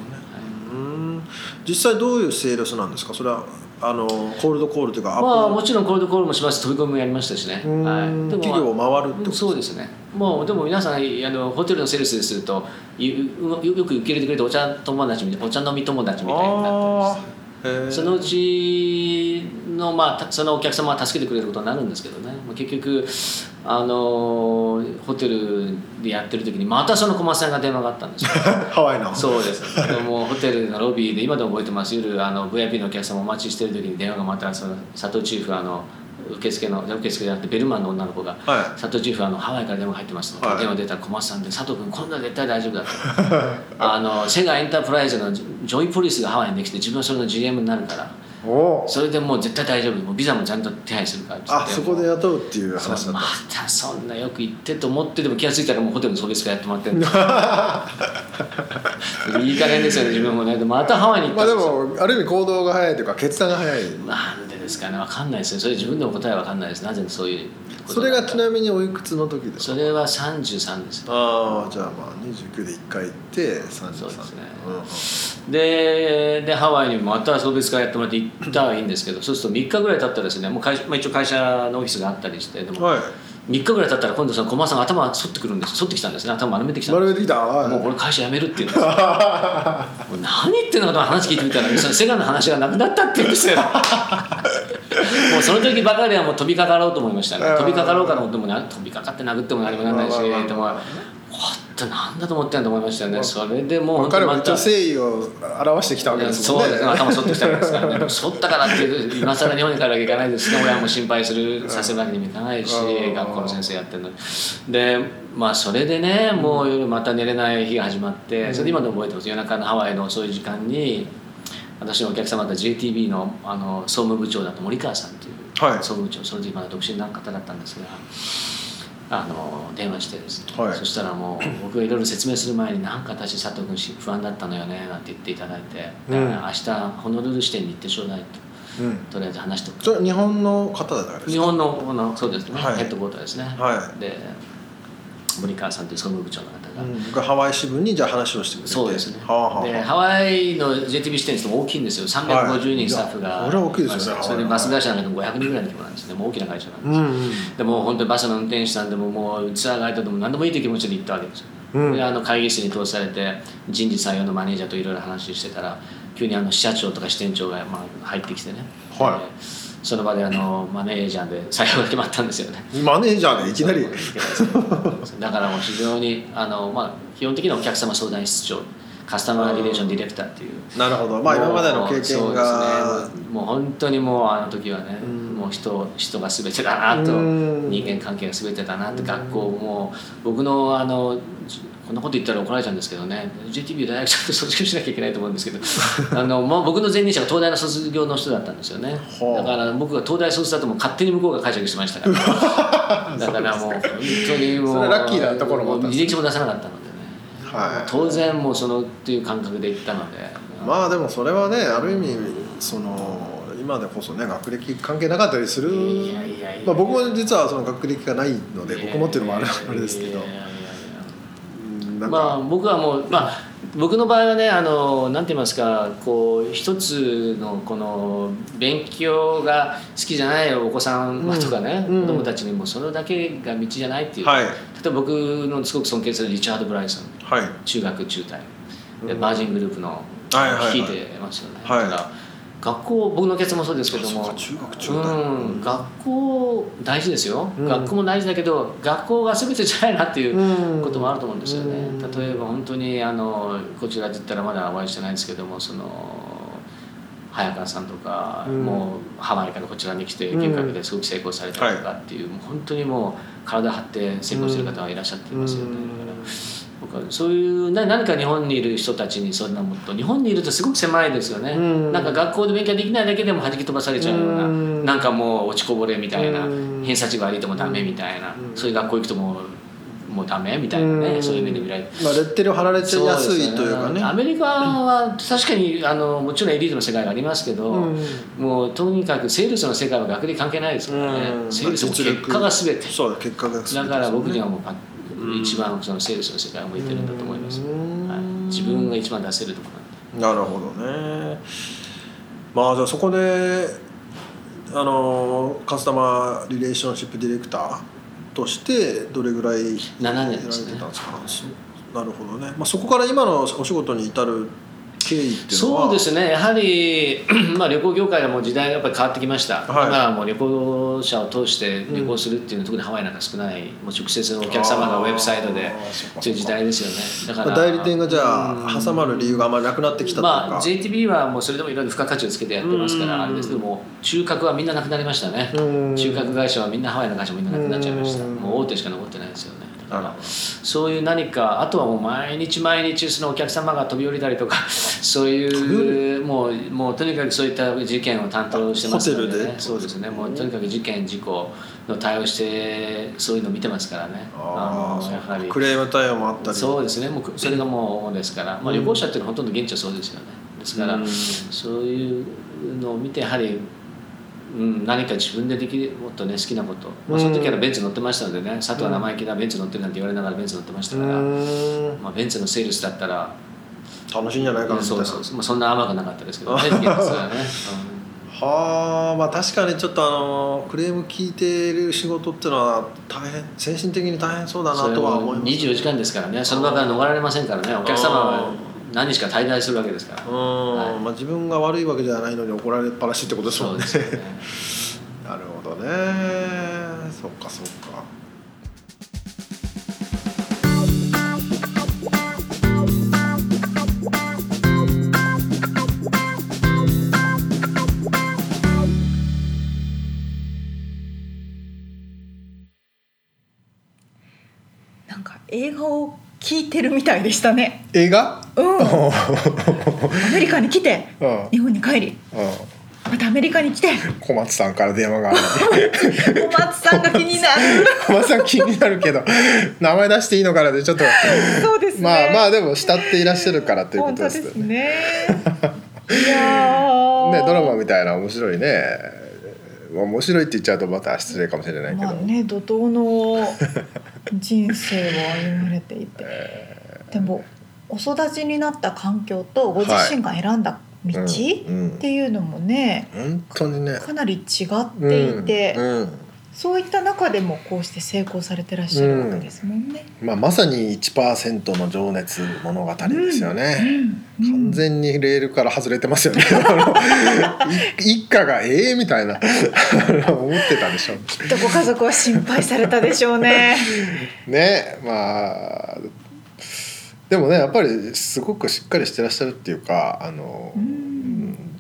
Speaker 3: う
Speaker 1: ーん実際どういうセールスなんですかそれはあのコールドコールというかア
Speaker 3: まあ
Speaker 1: ッ
Speaker 3: もちろんコールドコールもします飛び込みもやりましたしね、
Speaker 1: プル、う
Speaker 3: はい
Speaker 1: ーん、
Speaker 3: でも
Speaker 1: 企業を回るってこと
Speaker 3: そうですねもうでも皆さんあのホテルのセールスでするというよよく受け入れてくれてお茶友達みたいお茶飲み友達みたいになって
Speaker 1: あ
Speaker 3: るん
Speaker 1: あ
Speaker 3: です
Speaker 1: ーへー
Speaker 3: そのうちの、まあた、そのお客様は助けてくれることになるんですけどねまあ結局あのホテルでやってる時にまたその小松さんが電話があったんですよ
Speaker 1: ハワイの
Speaker 3: そうですでもホテルのロビーで今でも覚えてます夜あの VIP のお客様お待ちしてる時に電話がまたその佐藤チーフあの受付の受付じゃなくてベルマンの女の子が
Speaker 1: は
Speaker 3: 佐藤チーフあのハワイから電話が入ってますので、
Speaker 1: はい
Speaker 3: 電話出たら小松さんで「佐藤君こんなの絶対大丈夫だ」 とあのセガエンタープライズのジョイポリスがハワイにできて自分はそれの GM になるから
Speaker 1: いおー
Speaker 3: それでもう絶対大丈夫もうビザもちゃんと手配するからって言っ
Speaker 1: あ
Speaker 3: て
Speaker 1: そこで雇うっていう
Speaker 3: そう
Speaker 1: 話だ
Speaker 3: ま
Speaker 1: った
Speaker 3: たそんなよく行ってと思ってでも気が付いたらもうホテルの送別会やってもらってんの いい加減ですよね自分もねでまたハワイに行っ
Speaker 1: ま
Speaker 3: た
Speaker 1: あ
Speaker 3: んで
Speaker 1: です
Speaker 3: よ
Speaker 1: もある意味行動が早いというか決断が早い
Speaker 3: なんでですかねわかんないですねそれ自分でも答えわかんないですなぜそういうこと
Speaker 1: それが
Speaker 3: になっ
Speaker 1: ち
Speaker 3: た
Speaker 1: なみにおいくつの時ですか
Speaker 3: それは33です
Speaker 1: ああじゃあまあ29で1回行って33
Speaker 3: そうですね
Speaker 1: うんうん
Speaker 3: ででハワイにまた送別会やってもらって行ったはいいんですけどそうすると3日ぐらい経ったらですねもう会社、まあ、一応会社のオフィスがあったりしてでも
Speaker 1: はい
Speaker 3: 3日ぐらい経ったら今度その駒さんが頭剃ってくるんです剃ってきたんですね頭丸めてきたん
Speaker 1: 丸
Speaker 3: で
Speaker 1: めてきた
Speaker 3: すもう
Speaker 1: はい
Speaker 3: 俺会社辞めるって言うんですよもう何言ってんのかと話聞いてみたらそのセガの話がなくなったって言うんで すよもうその時ばかりはもう飛びかかろうと思いましたね
Speaker 1: うん
Speaker 3: 飛びかかろうかと思ってもな飛びかかって殴っても何もならないし
Speaker 1: まあまあまあまあ
Speaker 3: でも本当なんだと思ってんだと思いましたよねそれ でもう本当
Speaker 1: 彼
Speaker 3: に
Speaker 1: も
Speaker 3: ま
Speaker 1: 一応
Speaker 3: た
Speaker 1: 誠意を表してきたわけですもん
Speaker 3: そう
Speaker 1: ね
Speaker 3: ですね頭剃ってきたわけですからねでも剃ったからっていう今更日本に帰るわけいかないですしね親も心配するさせるわけにもいかないし
Speaker 1: うん
Speaker 3: 学校の先生やってるのにでまあそれでねもう夜また寝れない日が始まってそれで今でも覚えてます夜中のハワイの遅い時間に私のお客様だった JTB のあの総務部長だった森川さんっていう
Speaker 1: はい
Speaker 3: 総務部長その時まだ独身な方だったんですが。あの電話してですね、
Speaker 1: はい
Speaker 3: そしたらも う僕がいろいろ説明する前に何か私佐藤君し不安だったのよねなんて言っていただいて、
Speaker 1: うん
Speaker 3: だから明日ホノルル支店に行ってちょうだいと
Speaker 1: うん
Speaker 3: とりあえず話してお
Speaker 1: それ日本の方だからで
Speaker 3: く
Speaker 1: す
Speaker 3: 日
Speaker 1: か
Speaker 3: 本のこのそうですね、
Speaker 1: はい
Speaker 3: ヘッドコーターですね、
Speaker 1: は
Speaker 3: で森川さんという総務部長の方が、
Speaker 1: うん、がハワイ支部にじゃあ話をしてくれて
Speaker 3: そうですね、
Speaker 1: はあはあ
Speaker 3: でハワイの JTB 支店っても大きいんですよ350人スタッフが、
Speaker 1: はいいやこれは大きいですよね
Speaker 3: それでバス会社なんかでも500人ぐらいの規模なんですねもう大きな会社なんです、
Speaker 1: うんうん
Speaker 3: でもう本当にバスの運転手さんでももうツアーガイドでも何でもいいという気持ちで行ったわけですよ、
Speaker 1: うん
Speaker 3: であの会議室に通されて人事採用のマネージャーといろいろ話してたら急にあの支社長とか支店長がまあ入ってきてね、
Speaker 1: はい
Speaker 3: でその場であのマネージャーで採用が決まったんです よね
Speaker 1: マネージャーでいきなり
Speaker 3: そうそうだからもう非常にあの、まあ、基本的にはお客様相談室長カスタマーリレーションディレクターっていう
Speaker 1: なるほどまあ今までの経験
Speaker 3: もうそ
Speaker 1: が
Speaker 3: うですねもう本当にもうあの時はね、もう人人が全てだなと、
Speaker 1: うん
Speaker 3: 人間関係が全てだなって、学校も僕のあのじこんなこと言ったら怒られちゃうんですけどね JTB 大学ちゃんと卒業しなきゃいけないと思うんです けどあの、まあ、僕の前任者が東大の卒業の人だったんですよね
Speaker 1: ほう
Speaker 3: だから僕が東大卒だともう勝手に向こうが解釈してました からだからもう本当にもう
Speaker 1: それラッキーなところもあったんですね
Speaker 3: 履歴書も出さなかったのでね
Speaker 1: はい
Speaker 3: 当然もうそのっていう感覚で行ったので、
Speaker 1: まあでもそれはねある意味その今でこそね学歴関係なかったりする
Speaker 3: いやいやいや
Speaker 1: まあ、僕も実はその学歴がないので僕もっていうのもあれ
Speaker 3: いや
Speaker 1: あれですけど
Speaker 3: いやいやいやい
Speaker 1: うんな
Speaker 3: や
Speaker 1: ん
Speaker 3: ま
Speaker 1: か
Speaker 3: あ僕はもうまあ僕の場合はねあのなんて言いますかこう一つのこの勉強が好きじゃないお子さんとかね、
Speaker 1: うん
Speaker 3: 子供たちにもそれだけが道じゃないっていう、
Speaker 1: はい
Speaker 3: 例えば僕のすごく尊敬するリチャード・ブライソン
Speaker 1: はい
Speaker 3: 中学中退で
Speaker 1: うん
Speaker 3: バージングループの
Speaker 1: はいはいはい
Speaker 3: 引いてますよね、
Speaker 1: はい
Speaker 3: だから学校僕のケツもそうですけど
Speaker 1: そう
Speaker 3: も
Speaker 1: か中学中退
Speaker 3: うん、学校大事ですよ、
Speaker 1: うん
Speaker 3: 学校も大事だけど学校が全てじゃないなっていう
Speaker 1: うん
Speaker 3: こともあると思うんですよね、
Speaker 1: うん
Speaker 3: 例えば本当にあのこちらで言ったらまだお会いしてないんですけどもその早川さんとか、
Speaker 1: うん
Speaker 3: もうハワイからこちらに来て
Speaker 1: うん
Speaker 3: 留学ですごく成功されたりとかっていう,、もう本当にもう体張って成功してる方がいらっしゃっていますよね、だから僕はそういうな何か日本にいる人たちにそんなもっと日本にいるとすごく狭いですよね、
Speaker 1: うん
Speaker 3: なんか学校で勉強できないだけでも弾き飛ばされちゃうような、
Speaker 1: うん
Speaker 3: なんかもう落ちこぼれみたいな、
Speaker 1: うん
Speaker 3: 偏差値が悪いともダメみたいな、
Speaker 1: うん
Speaker 3: そういう学校行くともうもうダメみたいなね、
Speaker 1: うん
Speaker 3: そういう目で見られて。
Speaker 1: まあ、レッテルを貼られちゃいやす
Speaker 3: そうです
Speaker 1: い
Speaker 3: よ
Speaker 1: というかね
Speaker 3: アメリカは確かにあのもちろんエリートの世界がありますけど、
Speaker 1: うん
Speaker 3: もうとにかくセールスの世界は学歴関係ないですからね、
Speaker 1: うん
Speaker 3: セールスも結果が全て
Speaker 1: そうだ結果が全て
Speaker 3: だから僕にはもうパ
Speaker 1: うん
Speaker 3: 一番そのセールスの世界を向いてるんだと思います、
Speaker 1: うん
Speaker 3: はい、自分が一番出せるところなんで
Speaker 1: なるほどねまあじゃあそこであのカスタマーリレーションシップディレクターとしてどれぐらい
Speaker 3: 7年ですね
Speaker 1: やられてたんですかなるほどね、まあ、そこから今のお仕事に至る経緯っていうのは
Speaker 3: そうですねやはり、 まあ、旅行業界はもう時代がやっぱり変わってきました、
Speaker 1: い
Speaker 3: 今はもう旅行者を通して旅行するっていうのは、特にハワイなんか少ないもう直接お客様がウェブサイトで
Speaker 1: あーそっかそっか
Speaker 3: そういう時代ですよねだ
Speaker 1: ま
Speaker 3: か
Speaker 1: あ
Speaker 3: ら
Speaker 1: 代理店がじゃあ挟まる理由があんまりなくなってきたというか、
Speaker 3: まあ、JTB はもうそれでもいろいろ付加価値をつけてやってますか
Speaker 1: うん
Speaker 3: らあれですけども中核はみんななくなりましたね
Speaker 1: うん
Speaker 3: 中核会社はみんなハワイの会社もみんななくなっちゃいました
Speaker 1: うん
Speaker 3: もう大手しか残ってないですよね
Speaker 1: なるほど
Speaker 3: そういう何かあとはもう毎日毎日そのお客様が飛び降りたりとか そういうもうもうとにかくそういった事件を担当してますので,、ね
Speaker 1: ホテルで
Speaker 3: そうですねもうとにかく事件事故の対応してそういうのを見てますからね
Speaker 1: あー
Speaker 3: のやはり
Speaker 1: クレーム対応もあったり
Speaker 3: そうですねもうそれがもう主ですから、まあ、旅行者っていうのはほとんど現地はそうですよねですから、
Speaker 1: うん
Speaker 3: そういうのを見てやはり、うん、何か自分でできるもっとね好きなこと、まあ、その時からベンツ乗ってましたのでね佐藤は生意気だベンツ乗ってるなんて言われながらベンツ乗ってました
Speaker 1: う
Speaker 3: から、
Speaker 1: ん
Speaker 3: まあ、ベンツのセールスだったら、
Speaker 1: 楽しいんじゃないかなみたいな
Speaker 3: そうそうそう、まあ、そんな甘くなかったですけ どね現実はね、
Speaker 1: はあまあ確かにちょっとあのクレーム聞いてる仕事っていうのは大変精神的に大変そう
Speaker 3: う
Speaker 1: だ
Speaker 3: ん、そ
Speaker 1: な
Speaker 3: れ
Speaker 1: とは
Speaker 3: も
Speaker 1: 思います
Speaker 3: 24時間ですからねその場から逃れられませんからねお客様は何日か滞在するわけですから
Speaker 1: う。ん、まあ自分が悪いわけじゃないのに怒られっぱなしってことですも
Speaker 3: そうんで
Speaker 1: ね
Speaker 3: すよね
Speaker 1: なるほどねそっかそっか
Speaker 2: なんか映画を聞いてるみたいでしたね
Speaker 1: 映画
Speaker 2: うんアメリカに来て
Speaker 1: うん、うん
Speaker 2: 日本に帰りまたアメリカに来て
Speaker 1: 小松さんから電話があ る
Speaker 2: 小松さんが気になる
Speaker 1: 小松さん気になるけど名前出していいのかなってちょっと
Speaker 2: そうですね
Speaker 1: まあまあでも慕っていらっしゃるからということですよね
Speaker 2: 本当 ですねいやー
Speaker 1: ね、ドラマみたいな面白いね面白いって言っちゃうとまた失礼かもしれないけど、
Speaker 2: まあね怒涛の人生を歩まれていて、でもお育ちになった環境とご自身が選んだ道、
Speaker 1: うん
Speaker 2: っていうのもね
Speaker 1: 本当にね
Speaker 2: かなり違っていて、
Speaker 1: うんうん
Speaker 2: そういった中でもこうして成功されてらっしゃるわけですもんね。
Speaker 1: まあ、まさに1%の情熱物語ですよね、
Speaker 2: うんうん
Speaker 1: 完全にレールから外れて ますよね あのい一家がええみたいな あの思ってたでしょ
Speaker 2: きっとご家族は心配されたでしょうね。
Speaker 1: ねまあでもねやっぱりすごくしっかりしてらっしゃる っていうかあの、
Speaker 2: うん
Speaker 1: うん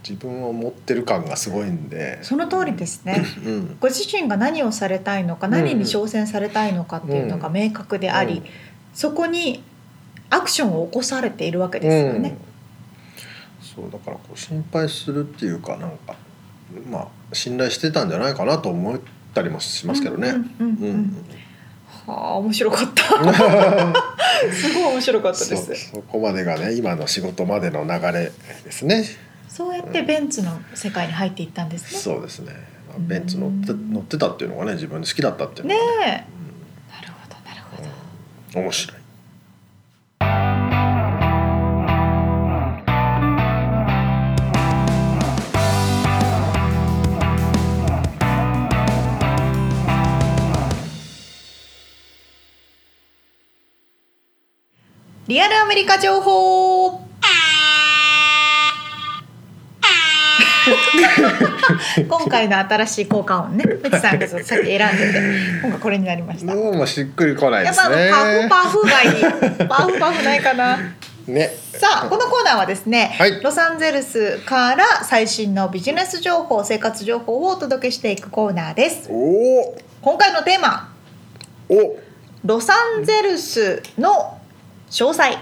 Speaker 1: 自分を持ってる感がすごいんで、
Speaker 2: その通りですね。
Speaker 1: うん
Speaker 2: ご自身が何をされたいのか、何に挑戦されたいのかっていうのが明確であり、
Speaker 1: うん
Speaker 2: そこにアクションを起こされているわけですよね。
Speaker 1: うん、そうだからこう心配するっていうかなんかまあ信頼してたんじゃないかなと思ったりもしますけどね。
Speaker 2: うんうん
Speaker 1: う
Speaker 2: うん
Speaker 1: ん
Speaker 2: はあ、面白か った。すごい面白かったで
Speaker 1: そ
Speaker 2: す。
Speaker 1: そこまでがね今の仕事までの流れですね。
Speaker 2: そうやってベンツの世界に入っていったんですね。
Speaker 1: そうですね。まあベンツ乗って
Speaker 2: うん
Speaker 1: 乗ってたっていうのがね自分で好きだったっていうの
Speaker 2: ね
Speaker 1: が、
Speaker 2: え。なるほど、なるほど。
Speaker 1: うん面白い。
Speaker 2: リアルアメリカ情 報。今回の新しい効果音ね、富士山が さっき選んでて、今回これになりました。
Speaker 1: どうもしっくりこない
Speaker 2: や
Speaker 1: で
Speaker 2: っぱ
Speaker 1: す
Speaker 2: あの
Speaker 1: ね。
Speaker 2: パフパフがいい。パフパフないかな。
Speaker 1: ね。
Speaker 2: さあこのコーナーはですね、
Speaker 1: はい
Speaker 2: ロサンゼルスから最新のビジネス情報生活情報をお届けしていくコーナーです
Speaker 1: おお
Speaker 2: 今回のテーマ
Speaker 1: お
Speaker 2: ロサンゼルスの詳細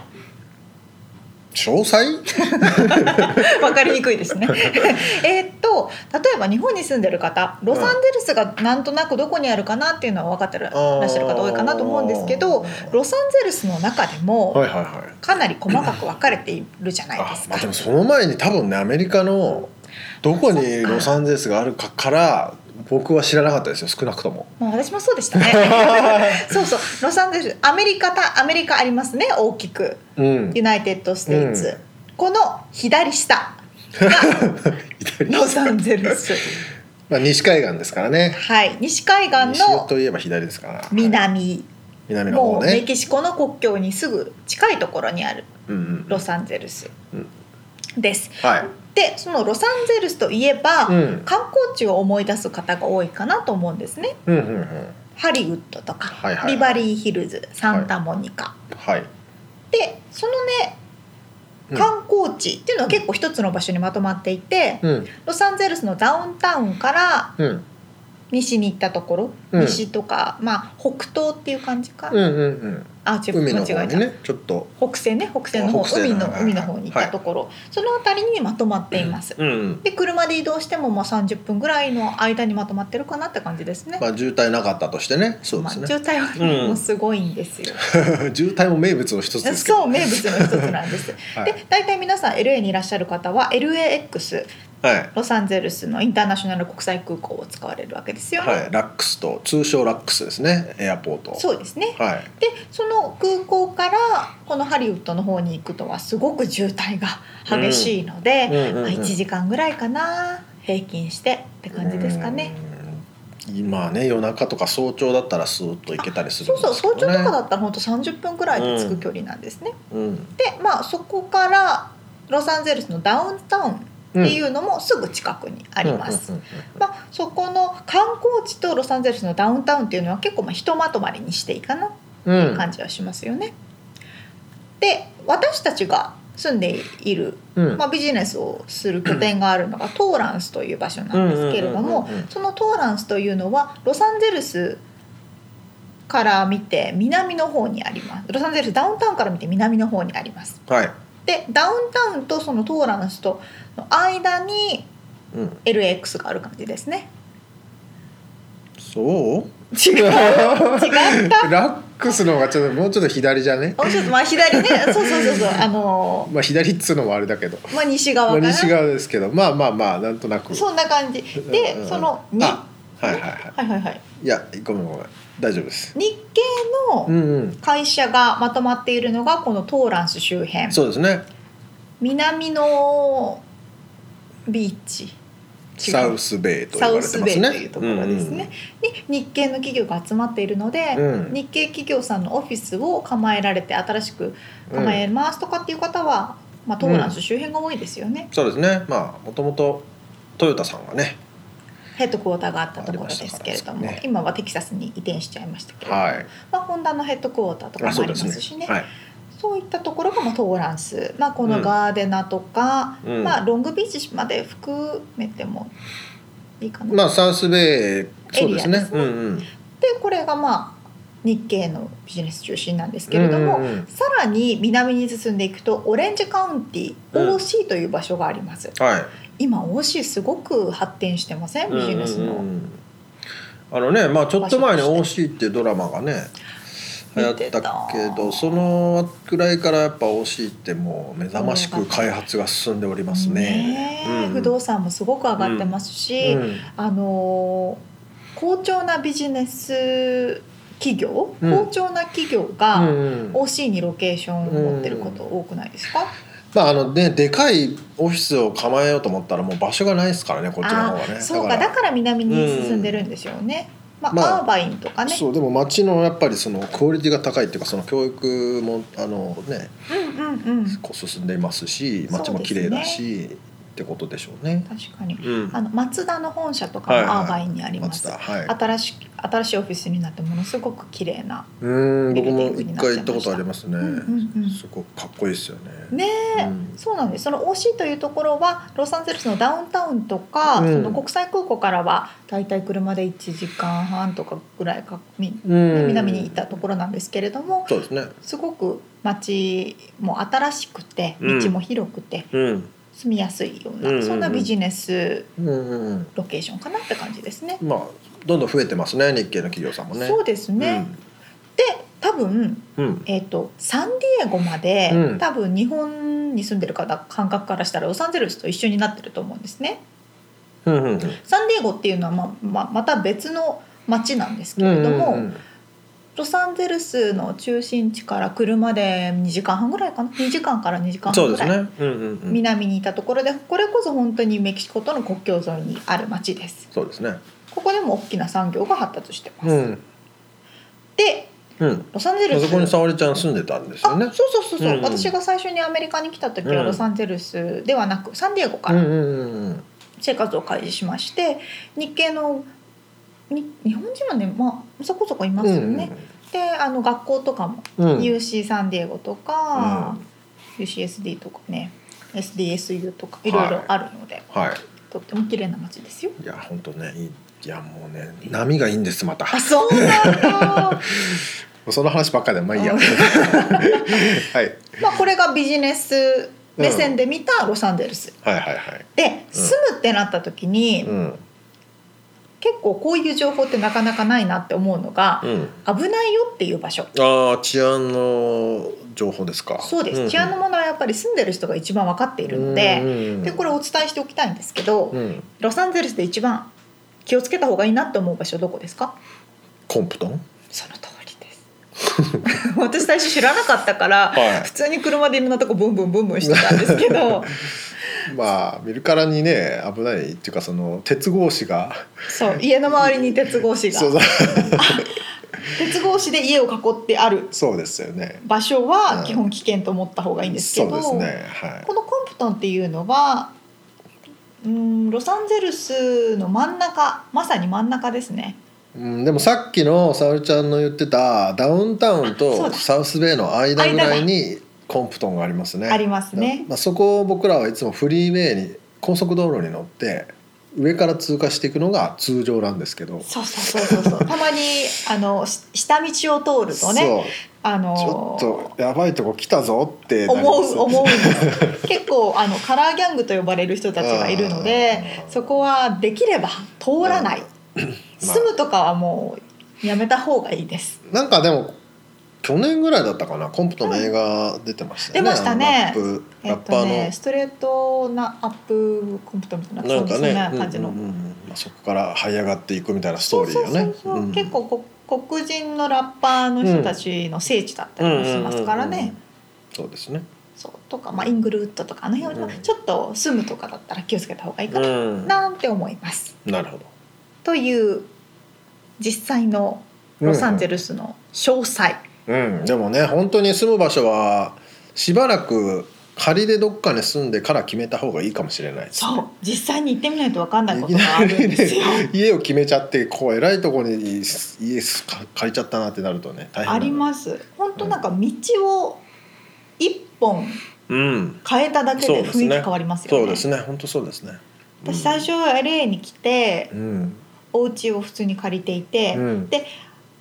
Speaker 1: 詳細？
Speaker 2: わかりにくい ですねえーっと例えば日本に住んでる方ロサンゼルスがなんとなくどこにあるかなっていうのは分かってらっしゃる方多いかなと思うんですけ
Speaker 1: あ
Speaker 2: ど
Speaker 1: ー
Speaker 2: ロサンゼルスの中で
Speaker 1: は
Speaker 2: も
Speaker 1: いはいはい。
Speaker 2: かなり細かく分かれているじゃないで
Speaker 1: あ
Speaker 2: す
Speaker 1: ま
Speaker 2: か
Speaker 1: あ、でもその前に多分ねアメリカのどこにロサンゼルスがあるかから僕は知らなかったですよ少なくとも。
Speaker 2: もう私もそうで したね。そうそう、ロサンゼルス、アメリカた、アメリカありますね、大きく。
Speaker 1: うん
Speaker 2: ユ、ナイテッドステイツ。
Speaker 1: うん
Speaker 2: この左下。 ロサンゼルス。
Speaker 1: まあ、西海岸ですからね
Speaker 2: はい、西海岸
Speaker 1: 西
Speaker 2: の
Speaker 1: といえば左ですからはい
Speaker 2: 南。
Speaker 1: 南の
Speaker 2: も
Speaker 1: 方
Speaker 2: うメ
Speaker 1: ね、
Speaker 2: キシコの国境にすぐ近いところにある
Speaker 1: うんうん、
Speaker 2: ロサンゼルス
Speaker 1: うん。
Speaker 2: です。
Speaker 1: はい、
Speaker 2: で、そのロサンゼルスといえば、
Speaker 1: うん
Speaker 2: 観光地を思い出す方が多いかなと思うんですね。
Speaker 1: うんうんうん、
Speaker 2: ハリウッドとか、
Speaker 1: はいはいはい
Speaker 2: ビバリーヒルズ、サンタモニカ。
Speaker 1: はい、
Speaker 2: でそのね
Speaker 1: うん
Speaker 2: 観光地っていうのは結構一つの場所にまとまっていて、
Speaker 1: うん
Speaker 2: ロサンゼルスのダウンタウンから
Speaker 1: うん
Speaker 2: 西に行ったところ、
Speaker 1: うん
Speaker 2: 西とかまあ北東っていう感じか、
Speaker 1: うんうん
Speaker 2: あ違
Speaker 1: う
Speaker 2: う
Speaker 1: ん海
Speaker 2: 間違
Speaker 1: の
Speaker 2: えちゃう
Speaker 1: 方にねちょっと
Speaker 2: 北西ね北西の
Speaker 1: 北
Speaker 2: 方
Speaker 1: 西
Speaker 2: 海
Speaker 1: の
Speaker 2: の
Speaker 1: はい
Speaker 2: 海の方に行ったところ、その辺りにまとまっています、
Speaker 1: うんうん
Speaker 2: で車で移動してもまあ30分ぐらいの間にまとまってるかなって感じですね、
Speaker 1: まあ渋滞なかったとしてねそう
Speaker 2: ま
Speaker 1: で
Speaker 2: あ、
Speaker 1: す
Speaker 2: 渋
Speaker 1: ね、
Speaker 2: 滞はもうすごいんですよ、
Speaker 1: 渋滞も名物の一つですけど
Speaker 2: そう名物の一つなんです、
Speaker 1: はい
Speaker 2: で大体皆さん LA にいらっしゃる方は LAX
Speaker 1: はい、
Speaker 2: ロサンゼルスのインターナショナル国際空港を使われるわけですよね。
Speaker 1: はい、ラックスと通称ラックスですねエアポート
Speaker 2: そうですね
Speaker 1: はい
Speaker 2: でその空港からこのハリウッドの方に行くとはすごく渋滞が激しいので、
Speaker 1: うんう
Speaker 2: ま
Speaker 1: ん
Speaker 2: あ、1時間ぐらいかな平均してって感じですかね。
Speaker 1: うん。今ね夜中とか早朝だったらスーッと行けたりする
Speaker 2: そ
Speaker 1: ん
Speaker 2: う
Speaker 1: で
Speaker 2: そう
Speaker 1: すけど、
Speaker 2: 早
Speaker 1: ね、
Speaker 2: 朝とかだったらほんと30分ぐらいで着く距離なんですね。
Speaker 1: うん、
Speaker 2: でまあそこからロサンゼルスのダウンタウンっていうのもすぐ近くにあ
Speaker 1: あ
Speaker 2: ります。
Speaker 1: うんうん
Speaker 2: まあ、そこの観光地とロサンゼルスのダウンタウンっていうのは結構まあひとまとまりにしていいかな
Speaker 1: うんうん
Speaker 2: 感じはしますよね。で私たちが住んでいる、
Speaker 1: うん
Speaker 2: まあ、ビジネスをする拠点があるのがトーランスという場所なんですけれど
Speaker 1: うん
Speaker 2: も
Speaker 1: うんうんうんうん
Speaker 2: そのトーランスというのはロサンゼルスから見て南の方にありますロサンゼルスダウンタウンから見て南の方にあります。
Speaker 1: はい、
Speaker 2: でダウンタウンとそのトーランスとの間に
Speaker 1: うん、
Speaker 2: LX がある感じですね。
Speaker 1: そう
Speaker 2: 違う違っ た
Speaker 1: ラックスの方がちょっともうちょっと左じゃね
Speaker 2: もうちょっとまあ左ねそうそうそうそうあの
Speaker 1: まあ左っつうのもあれだけど、
Speaker 2: まあ西
Speaker 1: ま
Speaker 2: 側
Speaker 1: あ、
Speaker 2: かな
Speaker 1: 西側ですけどまあまあまあなんとなく
Speaker 2: そんな感じ
Speaker 1: うん
Speaker 2: でそのには
Speaker 1: あはいはいはい
Speaker 2: いはいはい
Speaker 1: いやごめんごめん大丈夫です
Speaker 2: 日系
Speaker 1: う
Speaker 2: の
Speaker 1: んうん
Speaker 2: 会社がまとまっているのがこのトーランス周辺
Speaker 1: そうですね
Speaker 2: 南のビーチ違う
Speaker 1: サウスベイと
Speaker 2: サウ
Speaker 1: 言われて
Speaker 2: ス
Speaker 1: ま
Speaker 2: ベイ
Speaker 1: す
Speaker 2: と
Speaker 1: ね
Speaker 2: いうところですね、に日系の企業が集まっているので、
Speaker 1: うん
Speaker 2: 日系企業さんのオフィスを構えられて新しく
Speaker 1: うんうん
Speaker 2: 構えますとかっていう方は、まあ、トーランス周辺が多いですよね、
Speaker 1: そうですねまあもともとトヨタさんがね
Speaker 2: ヘッドクォーターがあったところですけれども、
Speaker 1: ありましたからね
Speaker 2: 今はテキサスに移転しちゃいましたけれども、
Speaker 1: はい
Speaker 2: まあ、ホンダのヘッドクォーターとかもあ
Speaker 1: あそう
Speaker 2: りま
Speaker 1: です
Speaker 2: し
Speaker 1: す
Speaker 2: ね
Speaker 1: ねはい
Speaker 2: そういったところがまあトーランス、まあ、このガーデナとか、
Speaker 1: うん
Speaker 2: まあ、ロングビーチまで含めてもいいかな、
Speaker 1: まあサウスベイそうです
Speaker 2: エリア
Speaker 1: ね
Speaker 2: ですね
Speaker 1: うんうん
Speaker 2: でこれがまあ日系のビジネス中心なんですけれども、
Speaker 1: うんうんうん
Speaker 2: さらに南に進んでいくとオレンジカウンティ
Speaker 1: うん
Speaker 2: OC という場所があります、
Speaker 1: はい
Speaker 2: 今 OC すごく発展してませんビジネスの、
Speaker 1: うんうんうんあのねまあちょっと前に「OC」ってドラマがね流行ったけ
Speaker 2: 見てた
Speaker 1: どそのくらいからやっぱ OC ってもう目覚ましく開発が進んでおりますね
Speaker 2: ね。え
Speaker 1: うん
Speaker 2: 不動産もすごく上がってますし、
Speaker 1: うん
Speaker 2: あのー好調なビジネス企業、
Speaker 1: うん
Speaker 2: 好調な企業が、
Speaker 1: うんうん
Speaker 2: OC にロケーションを持ってること多くないですか、
Speaker 1: まああのねでかいオフィスを構えようと思ったらもう場所がないですからねこっちの方
Speaker 2: あ
Speaker 1: はね。
Speaker 2: そうかだから南に進んでるんですよね、まあ、
Speaker 1: まあ
Speaker 2: アーバインとかね
Speaker 1: そうでも町のやっぱりそのクオリティが高いっていうかその教育もあのね
Speaker 2: うんうんうん
Speaker 1: こう進んでいますし町も綺麗だし、ってことでしょうね。
Speaker 2: 確かに
Speaker 1: うん
Speaker 2: あの松田の本社とかも
Speaker 1: はいはい
Speaker 2: アーバインにあります、
Speaker 1: 松田はい
Speaker 2: 新しい新しいオフィスになってものすごく綺麗な
Speaker 1: うん
Speaker 2: ビル
Speaker 1: 僕
Speaker 2: ディン
Speaker 1: も
Speaker 2: グに
Speaker 1: 一
Speaker 2: なっ
Speaker 1: 回
Speaker 2: ちゃ
Speaker 1: 行
Speaker 2: いました
Speaker 1: った
Speaker 2: う
Speaker 1: ことありますね、
Speaker 2: んうんうん
Speaker 1: すごくかっこいいですよね
Speaker 2: ねえ、
Speaker 1: うん
Speaker 2: そうなんですその OC というところはロサンゼルスのダウンタウンとか、
Speaker 1: うん
Speaker 2: その国際空港からはだいたい車で1時間半とかぐらいかみ
Speaker 1: うん
Speaker 2: 南に行ったところなんですけれども、
Speaker 1: そうですね
Speaker 2: すごく街も新しくて
Speaker 1: うん
Speaker 2: 道も広くて
Speaker 1: うん
Speaker 2: 住みやすいような、
Speaker 1: うんうんうん
Speaker 2: そんなビジネス
Speaker 1: うんうん
Speaker 2: ロケーションかなって感じですね
Speaker 1: う。んまあどんどん増えてますね日系の企業さんもね
Speaker 2: そううですね、で多分、
Speaker 1: んうん
Speaker 2: えー、とサンディエゴまで、
Speaker 1: うん
Speaker 2: 多分日本に住んでる方感覚からしたらロサンゼルスと一緒になってると思うんですね。
Speaker 1: うんうん
Speaker 2: サンディエゴっていうのはまままた別の町なんですけ
Speaker 1: うん
Speaker 2: れども、
Speaker 1: うんうん
Speaker 2: ロサンゼルスの中心地から車で2時間半ぐらいかな2時間から2時間
Speaker 1: そ
Speaker 2: 半
Speaker 1: う
Speaker 2: ぐ
Speaker 1: です
Speaker 2: らい、
Speaker 1: ねうんうんうん
Speaker 2: 南にいたところでこれこそ本当にメキシコとの国境沿いにある町です
Speaker 1: そうですね
Speaker 2: ここでも大きな産業が発達してます、
Speaker 1: うん
Speaker 2: で
Speaker 1: うん
Speaker 2: ロサンゼ
Speaker 1: あ
Speaker 2: ルス
Speaker 1: そこに沙織ちゃん住んでたんですよ
Speaker 2: あ
Speaker 1: ね
Speaker 2: そうそうそうそう、
Speaker 1: うんうん
Speaker 2: 私が最初にアメリカに来た時は
Speaker 1: うん
Speaker 2: ロサンゼルスではなくサンディエゴか
Speaker 1: うんう
Speaker 2: ら
Speaker 1: んうんうん
Speaker 2: 生活を開始しまして日系のに日本人はね、まあ、そこそこいますよね、であの学校とかも、
Speaker 1: うんうんうん
Speaker 2: UC サンディエゴとか、UCSD とかね SDSU とかいろいろあるので、
Speaker 1: は
Speaker 2: とっても綺麗な街ですよ。
Speaker 1: いいや本当ねいいいやもうね波がいいんですまた
Speaker 2: あそうなんだ
Speaker 1: その話ばっかりでまあいいや
Speaker 2: うん
Speaker 1: はい
Speaker 2: まあこれがビジネス目線で見たロサンゼルス、
Speaker 1: はいはいはい。
Speaker 2: で住むってなった時に、
Speaker 1: うん。
Speaker 2: 結構こういう情報ってなかなかないなって思うのが、
Speaker 1: うん。
Speaker 2: 危ないよっていう場所
Speaker 1: ああ治安の情報ですか。
Speaker 2: そうです、治安の
Speaker 1: も
Speaker 2: ものはやっぱり住んでる人が一番分かっているので、でこれお伝えしておきたいんですけど、
Speaker 1: うん。
Speaker 2: ロサンゼルスで一番気をつけた方がいいなって思う場所どこですか
Speaker 1: コンプトン。
Speaker 2: その通りです 私最初知らなかったから、
Speaker 1: はい
Speaker 2: 普通に車でいろんなとこブンブンブンブンしてたんですけ ど
Speaker 1: まあ見るからにね危ないっていうかその鉄格子が。
Speaker 2: そう家の周りに鉄格子が
Speaker 1: そうそう
Speaker 2: 鉄格子で家を囲ってある
Speaker 1: そうですよね。
Speaker 2: 場所は
Speaker 1: うん
Speaker 2: 基本危険と思った方がいいんですけ
Speaker 1: そ
Speaker 2: ど、
Speaker 1: うですね。はい
Speaker 2: こ。のコンプトンっていうのはうんロサンゼルスの真ん中まさに真ん中ですね
Speaker 1: うんでもさっきの沙織ちゃんの言ってたダウンタウン
Speaker 2: あそう
Speaker 1: と
Speaker 2: だ
Speaker 1: サウスベイの間ぐらいにコンプトンがありますね。
Speaker 2: ありますね
Speaker 1: まあそこを僕らはいつもフリーウェイに高速道路に乗って上から通過していくのが通常なんですけど。
Speaker 2: そうそうそうそうそうたまにあのし下道を通るとね
Speaker 1: そう
Speaker 2: あ
Speaker 1: ちょ
Speaker 2: の
Speaker 1: っとやばいとこ来たぞって
Speaker 2: 思
Speaker 1: なります
Speaker 2: う思うんです結構あのカラーギャングと呼ばれる人たちがいるので
Speaker 1: うん
Speaker 2: そこはできれば通らない、住むとかはもうやめた方がいいです
Speaker 1: なんかでも去年ぐらいだったかなコンプトの映画出てましたよ
Speaker 2: 出
Speaker 1: ね、
Speaker 2: ましたね
Speaker 1: あのラップ、
Speaker 2: えっ
Speaker 1: ラッパ
Speaker 2: と
Speaker 1: ーの、
Speaker 2: ねストレートなアップコンプトンみたいな
Speaker 1: な
Speaker 2: そうんで
Speaker 1: か
Speaker 2: す
Speaker 1: ね
Speaker 2: ね感じの
Speaker 1: うんうんうんまあ、そこから這い上がっていくみたいなストーリーよね
Speaker 2: そうそうそうそう
Speaker 1: うん
Speaker 2: 結構こ黒人のラッパーの人たちの聖地だったりもしますから
Speaker 1: うんうんうん
Speaker 2: ね
Speaker 1: うん。そうですね。
Speaker 2: そうとか、まあ、イングルウッドとかあの辺は
Speaker 1: うん
Speaker 2: ちょっと住むとかだったら気をつけた方がいいかな、
Speaker 1: ん
Speaker 2: なんて思います。
Speaker 1: なるほど。
Speaker 2: という実際のロサンゼルスの詳細、
Speaker 1: うん、でもね本当に住む場所はしばらく仮でどっかに住んでから決めた方がいいかもしれないです
Speaker 2: そう実際に行ってみないと分かんない
Speaker 1: い
Speaker 2: こ
Speaker 1: き
Speaker 2: とがあ
Speaker 1: な
Speaker 2: るん
Speaker 1: りね
Speaker 2: ですよ。
Speaker 1: 家を決めちゃってこう偉いところに家すか借りちゃったなってなるとね大変
Speaker 2: あり
Speaker 1: す
Speaker 2: ます本当なんか道を一本
Speaker 1: うん
Speaker 2: 変えただけで
Speaker 1: そうです
Speaker 2: 雰囲気
Speaker 1: ね
Speaker 2: 変わりますよ
Speaker 1: そ
Speaker 2: ね
Speaker 1: うですね本当そうですね
Speaker 2: 私最初は LA に来て
Speaker 1: うん
Speaker 2: お家を普通に借りていて、
Speaker 1: うん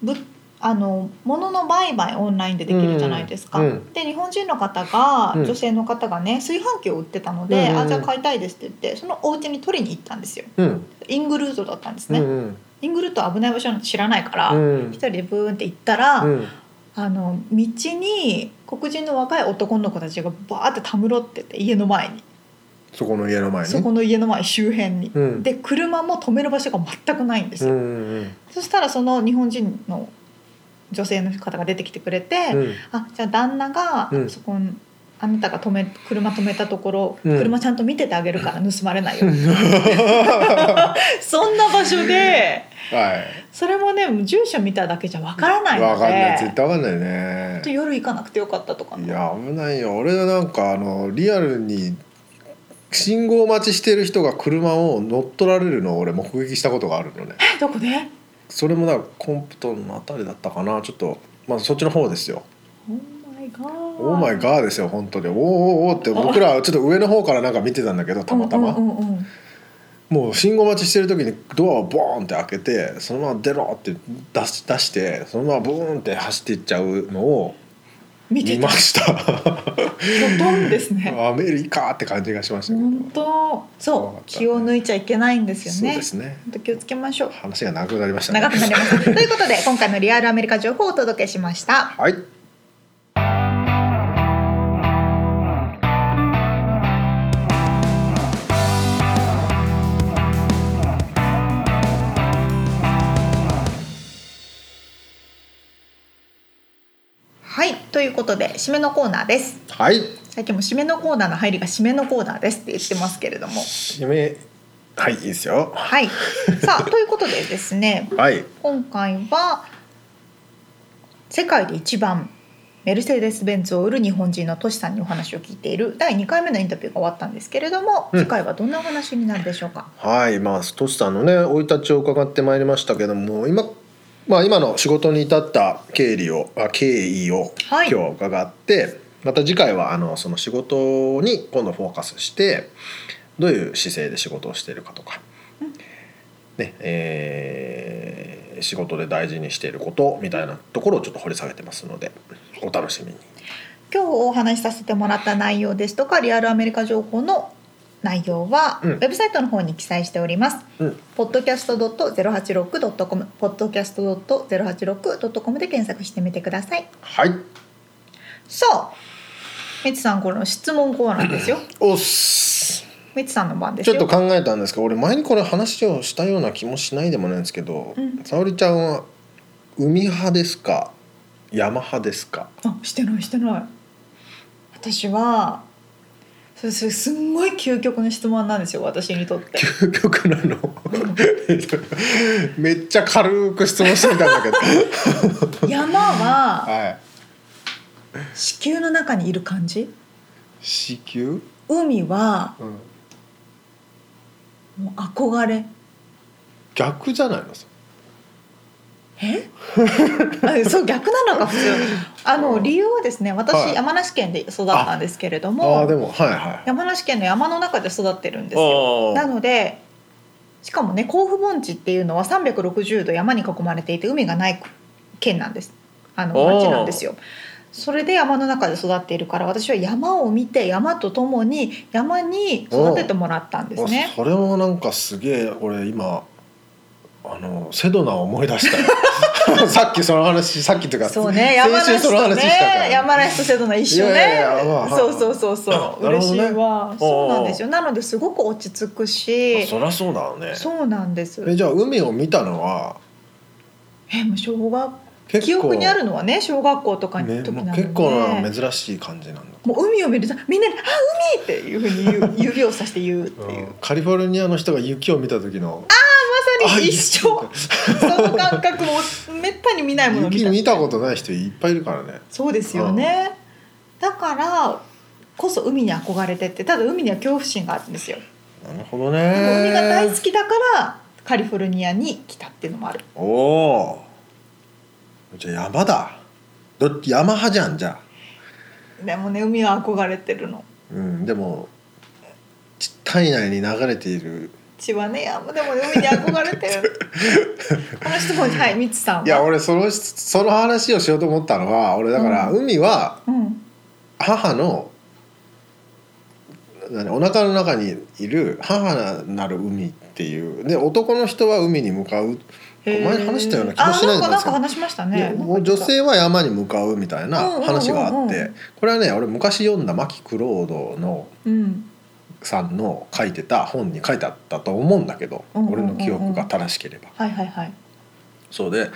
Speaker 2: ぶあの物の売買オンラインでできるじゃないですか。
Speaker 1: うんうん
Speaker 2: で日本人の方が、
Speaker 1: うん
Speaker 2: 女性の方がね炊飯器を売ってたので、
Speaker 1: うんうんうん
Speaker 2: あじゃあ買いたいですって言ってそのお家に取りに行ったんですよ。
Speaker 1: うん
Speaker 2: イングルートだったんです
Speaker 1: うんう
Speaker 2: ね。
Speaker 1: ん
Speaker 2: イングルートは危ない場所なんて知らないから、
Speaker 1: うん
Speaker 2: 一人でブーンって行ったら、
Speaker 1: うん
Speaker 2: あの道に黒人の若い男の子たちがバーってたむろってて家の前に、
Speaker 1: そこの家の前ね
Speaker 2: そこの家の前周辺に。
Speaker 1: うん
Speaker 2: で車も止める場所が全くないんです
Speaker 1: う
Speaker 2: よ。
Speaker 1: んうん
Speaker 2: そしたらその日本人の女性の方が出てきてくれて、
Speaker 1: うん
Speaker 2: あじゃあ旦那が
Speaker 1: うん
Speaker 2: そこ、あなたが止め車止めたところ、
Speaker 1: うん
Speaker 2: 車ちゃんと見ててあげるから盗まれないよ、 そんな場所で
Speaker 1: はい
Speaker 2: それもねもう住所見ただけじゃわからないので
Speaker 1: わかんない絶
Speaker 2: ちょ
Speaker 1: 対わかんないね
Speaker 2: っと夜行かなくてよかったとかね
Speaker 1: いや危ないよ俺はなんかあのリアルに信号待ちしてる人が車を乗っ取られるのを俺目撃したことがあるのね
Speaker 2: えどこで
Speaker 1: それもなんかコンプトンのあたりだったかなちょっとまあそっちの方ですよ
Speaker 2: オーマイガー
Speaker 1: オーマイガーですよ本当におーおーおーって僕らちょっと上の方からなんか見てたんだけどたまたま、
Speaker 2: うんうんうんうん
Speaker 1: もう信号待ちしてる時にドアをボーンって開けてそのまま出ろって出し出してそのままボーンって走っていっちゃうのを
Speaker 2: 見て
Speaker 1: 見
Speaker 2: た
Speaker 1: ました
Speaker 2: ドドンです ね
Speaker 1: アメリカって感じがしましたけど
Speaker 2: 本当
Speaker 1: 怖
Speaker 2: そ
Speaker 1: かっ
Speaker 2: う
Speaker 1: た
Speaker 2: 気を抜いちゃいけないんですよ
Speaker 1: そう
Speaker 2: ね
Speaker 1: ですね
Speaker 2: 本当気をつけましょう
Speaker 1: 話が長くなりましたね
Speaker 2: 長くなりました ということで今回のリアルアメリカ情報をお届けしました
Speaker 1: はい
Speaker 2: はいということで締めのコーナーです
Speaker 1: はい
Speaker 2: 最近も締めのコーナーの入りが締めのコーナーですって言ってますけれども
Speaker 1: 締めはいいいですよ
Speaker 2: はい さあということでですね
Speaker 1: はい
Speaker 2: 今回は世界で一番メルセデス・ベンツを売る日本人のトシさんにお話を聞いている第2回目のインタビューが終わったんですけれども、
Speaker 1: うん
Speaker 2: 次回はどんなお話になるでしょうか
Speaker 1: はいまあトシさんのね生い立ちを伺ってまいりましたけども今まあ今の仕事に至った経理をあ経緯を今
Speaker 2: はい
Speaker 1: 日は伺って、また次回はあのその仕事に今度フォーカスしてどういう姿勢で仕事をしているかとか、ねえー仕事で大事にしていることみたいなところをちょっと掘り下げてますのでお楽しみに。
Speaker 2: 今日お話しさせてもらった内容ですとかリアルアメリカ情報の内容は、
Speaker 1: うん
Speaker 2: ウェブサイトの方に記載しております、
Speaker 1: うん、
Speaker 2: podcast.086.com podcast.086.com で検索してみてください
Speaker 1: はい
Speaker 2: さあみつさんこの質問コーナー ですよ
Speaker 1: おっす
Speaker 2: みつさんの番です
Speaker 1: ちょっ
Speaker 2: よ
Speaker 1: と考えたんですけど俺前にこれ話をしたような気もしないでもないんですけど、
Speaker 2: うん
Speaker 1: 沙織ちゃんは海派ですか山派ですか
Speaker 2: あしてないしてない私はそれそれすんごい究極の質問なんですよ私にとって
Speaker 1: 究極なの めっちゃ軽く質問してみたんだけ ど
Speaker 2: 山は
Speaker 1: はい
Speaker 2: 地球の中にいる感じ
Speaker 1: 子宮、うん、
Speaker 2: 海はもう憧れ
Speaker 1: 逆じゃないのそ
Speaker 2: え あそう逆なのか普通あの理由はですね私、
Speaker 1: はい
Speaker 2: 山梨県で育ったんですけれど
Speaker 1: ああーで
Speaker 2: も
Speaker 1: もはいはい
Speaker 2: 山梨県の山の中で育ってるんですよ
Speaker 1: あ
Speaker 2: な
Speaker 1: ー
Speaker 2: のでしかもね甲府盆地っていうのは360度山に囲まれていて海がない県なんですあの
Speaker 1: あー
Speaker 2: 町なんですよそれで山の中で育っているから私は山を見て山とともに山に育ててもらったんですね
Speaker 1: あそれはなんかすげえ俺今あのセドナを思い出した よさっきその話さっきというか
Speaker 2: そうね、
Speaker 1: 先
Speaker 2: 山
Speaker 1: 週
Speaker 2: 梨
Speaker 1: その
Speaker 2: と
Speaker 1: 話したから
Speaker 2: ね、山梨と瀬戸の一緒
Speaker 1: いやい
Speaker 2: ね
Speaker 1: やいやまあ。
Speaker 2: そうそうそうそ
Speaker 1: あ
Speaker 2: う、
Speaker 1: なる
Speaker 2: 嬉
Speaker 1: ほど
Speaker 2: し
Speaker 1: ね
Speaker 2: いわ。そうなんですよ。なのですごく落ち着くし
Speaker 1: あ、そりゃそうだよね
Speaker 2: そうなんです。
Speaker 1: えじゃあ海を見たのは
Speaker 2: えもう小学
Speaker 1: 結構
Speaker 2: 記憶にあるのはね小学校とかの
Speaker 1: ね
Speaker 2: 時な
Speaker 1: も
Speaker 2: ので、
Speaker 1: う結構な珍しい感じなんだ
Speaker 2: もう海を見るとみんなに「あ海!」っていうふうに 言う指をさして言うっていう、
Speaker 1: うんカリフォルニアの人が雪を見た時の
Speaker 2: まさに一生
Speaker 1: あ
Speaker 2: その感覚もめったに見ないものを見
Speaker 1: 雪
Speaker 2: た
Speaker 1: 見たことない人いっぱいいるからね
Speaker 2: そうですよねだからこそ海に憧れてってただ海には恐怖心があるんですよ
Speaker 1: なるほど
Speaker 2: でも海が大好
Speaker 1: ね
Speaker 2: きだからカリフォルニアに来たっていうのもある
Speaker 1: おおーじゃあ山だどっ山派じゃんじゃあ
Speaker 2: でもね海は憧れてるの
Speaker 1: うん、でもち体内に流れている
Speaker 2: 血はねいやでも海に憧れて るこの人もはいミツさんはい
Speaker 1: や俺そのその話をしようと思ったのは俺だから
Speaker 2: う
Speaker 1: 海は
Speaker 2: うん
Speaker 1: 母の、何お腹の中にいる母なる海っていうで男の人は海に向かう
Speaker 2: へー
Speaker 1: 前に話したような気もしない
Speaker 2: あなん
Speaker 1: で
Speaker 2: かなん
Speaker 1: す
Speaker 2: か
Speaker 1: か
Speaker 2: 話しましたね
Speaker 1: で女性は山に向かうみたいな話があ
Speaker 2: うんうん
Speaker 1: っ
Speaker 2: うんう
Speaker 1: て
Speaker 2: ん
Speaker 1: これはね俺昔読んだ牧クロードの
Speaker 2: うん
Speaker 1: さんの書いてた本に書いてあったと思うんだけど
Speaker 2: うんうんうんう
Speaker 1: 俺
Speaker 2: ん
Speaker 1: の記憶が正しければ。
Speaker 2: はいはいはい
Speaker 1: そうで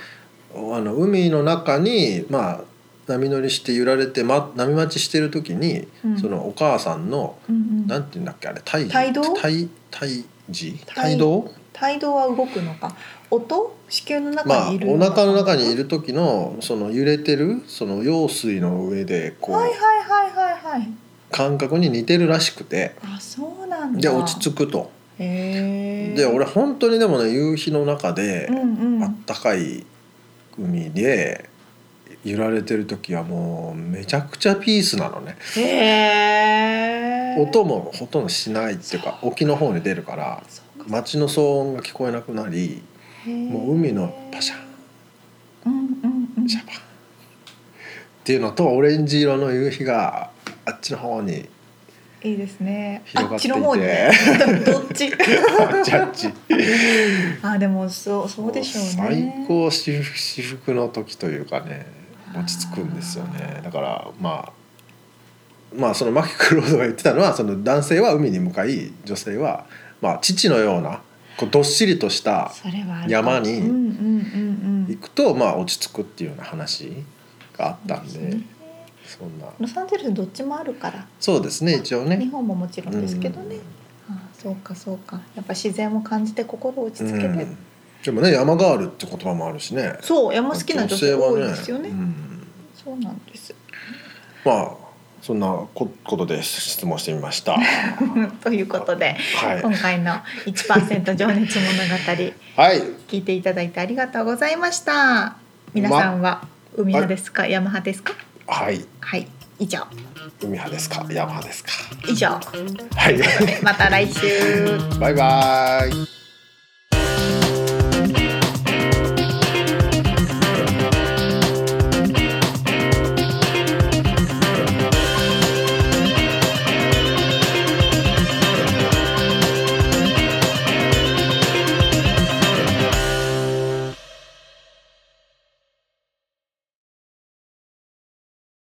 Speaker 1: あの海の中に、まあ、波乗りして揺られて、ま、波待ちしてる時に、
Speaker 2: うん
Speaker 1: そのお母さんの
Speaker 2: うんうん
Speaker 1: なんて言うんだっけあれ胎児
Speaker 2: 胎動
Speaker 1: 胎胎児
Speaker 2: 胎
Speaker 1: 胎動
Speaker 2: 胎動は動くのか音子宮の
Speaker 1: ま
Speaker 2: 中
Speaker 1: あ
Speaker 2: にいる
Speaker 1: お
Speaker 2: のか
Speaker 1: 腹の中にいる時のその揺れてるその羊水の上でこう、
Speaker 2: はいはいはいはいはい
Speaker 1: 感覚に似てるらしくて
Speaker 2: あそうなんだ
Speaker 1: で落ち着くと。
Speaker 2: へえ
Speaker 1: で俺本当にでもね夕日の中で、
Speaker 2: うんうん
Speaker 1: あったかい海で揺られてる時はもうめちゃくちゃピースなのね
Speaker 2: へえ
Speaker 1: 音もほとんどしないっていうか沖の方に出るから
Speaker 2: そうか
Speaker 1: 街の騒音が聞こえなくなり
Speaker 2: へー
Speaker 1: もう海のパシャ
Speaker 2: うんうんうん
Speaker 1: ンシャパンっていうのとオレンジ色の夕日があっちの方に
Speaker 2: いいですね
Speaker 1: 広
Speaker 2: あ
Speaker 1: が
Speaker 2: っ
Speaker 1: って
Speaker 2: ち
Speaker 1: いて
Speaker 2: の方にねどっち
Speaker 1: あっちあっち
Speaker 2: あでもそうそうでしょうね
Speaker 1: 最高至福至福の時というかね落ち着くんですよねだからまあまあそのマキクロードが言ってたのはその男性は海に向かい女性はまあ父のようなこうどっしりとした
Speaker 2: それはある
Speaker 1: 山に
Speaker 2: うんうんうんうん
Speaker 1: 行くとまあ落ち着くっていうような話があったん
Speaker 2: そう
Speaker 1: です
Speaker 2: ね
Speaker 1: そんな
Speaker 2: ロサンゼルスどっちもあるから
Speaker 1: そうですね一応
Speaker 2: 日
Speaker 1: ね。
Speaker 2: 本ももちろんですけどね、ああそうかそうかやっぱ自然を感じて心を落ち
Speaker 1: うん
Speaker 2: 着
Speaker 1: う
Speaker 2: けて、
Speaker 1: んでもね山ガールって言葉もあるしね。
Speaker 2: そう山好きな女性多いですよね
Speaker 1: うん
Speaker 2: そうなんです。
Speaker 1: まあそんなこことで質問してみま した。
Speaker 2: ということで、
Speaker 1: はい
Speaker 2: 今回の1%情熱物語
Speaker 1: はい、
Speaker 2: 聞いていただいてありがとうございました。皆さんは海派ですか、山派ですか？
Speaker 1: はい、
Speaker 2: はい、以上
Speaker 1: 海派ですか、山派ですか。
Speaker 2: 以上。
Speaker 1: はい、
Speaker 2: また来週。
Speaker 1: バイバイ。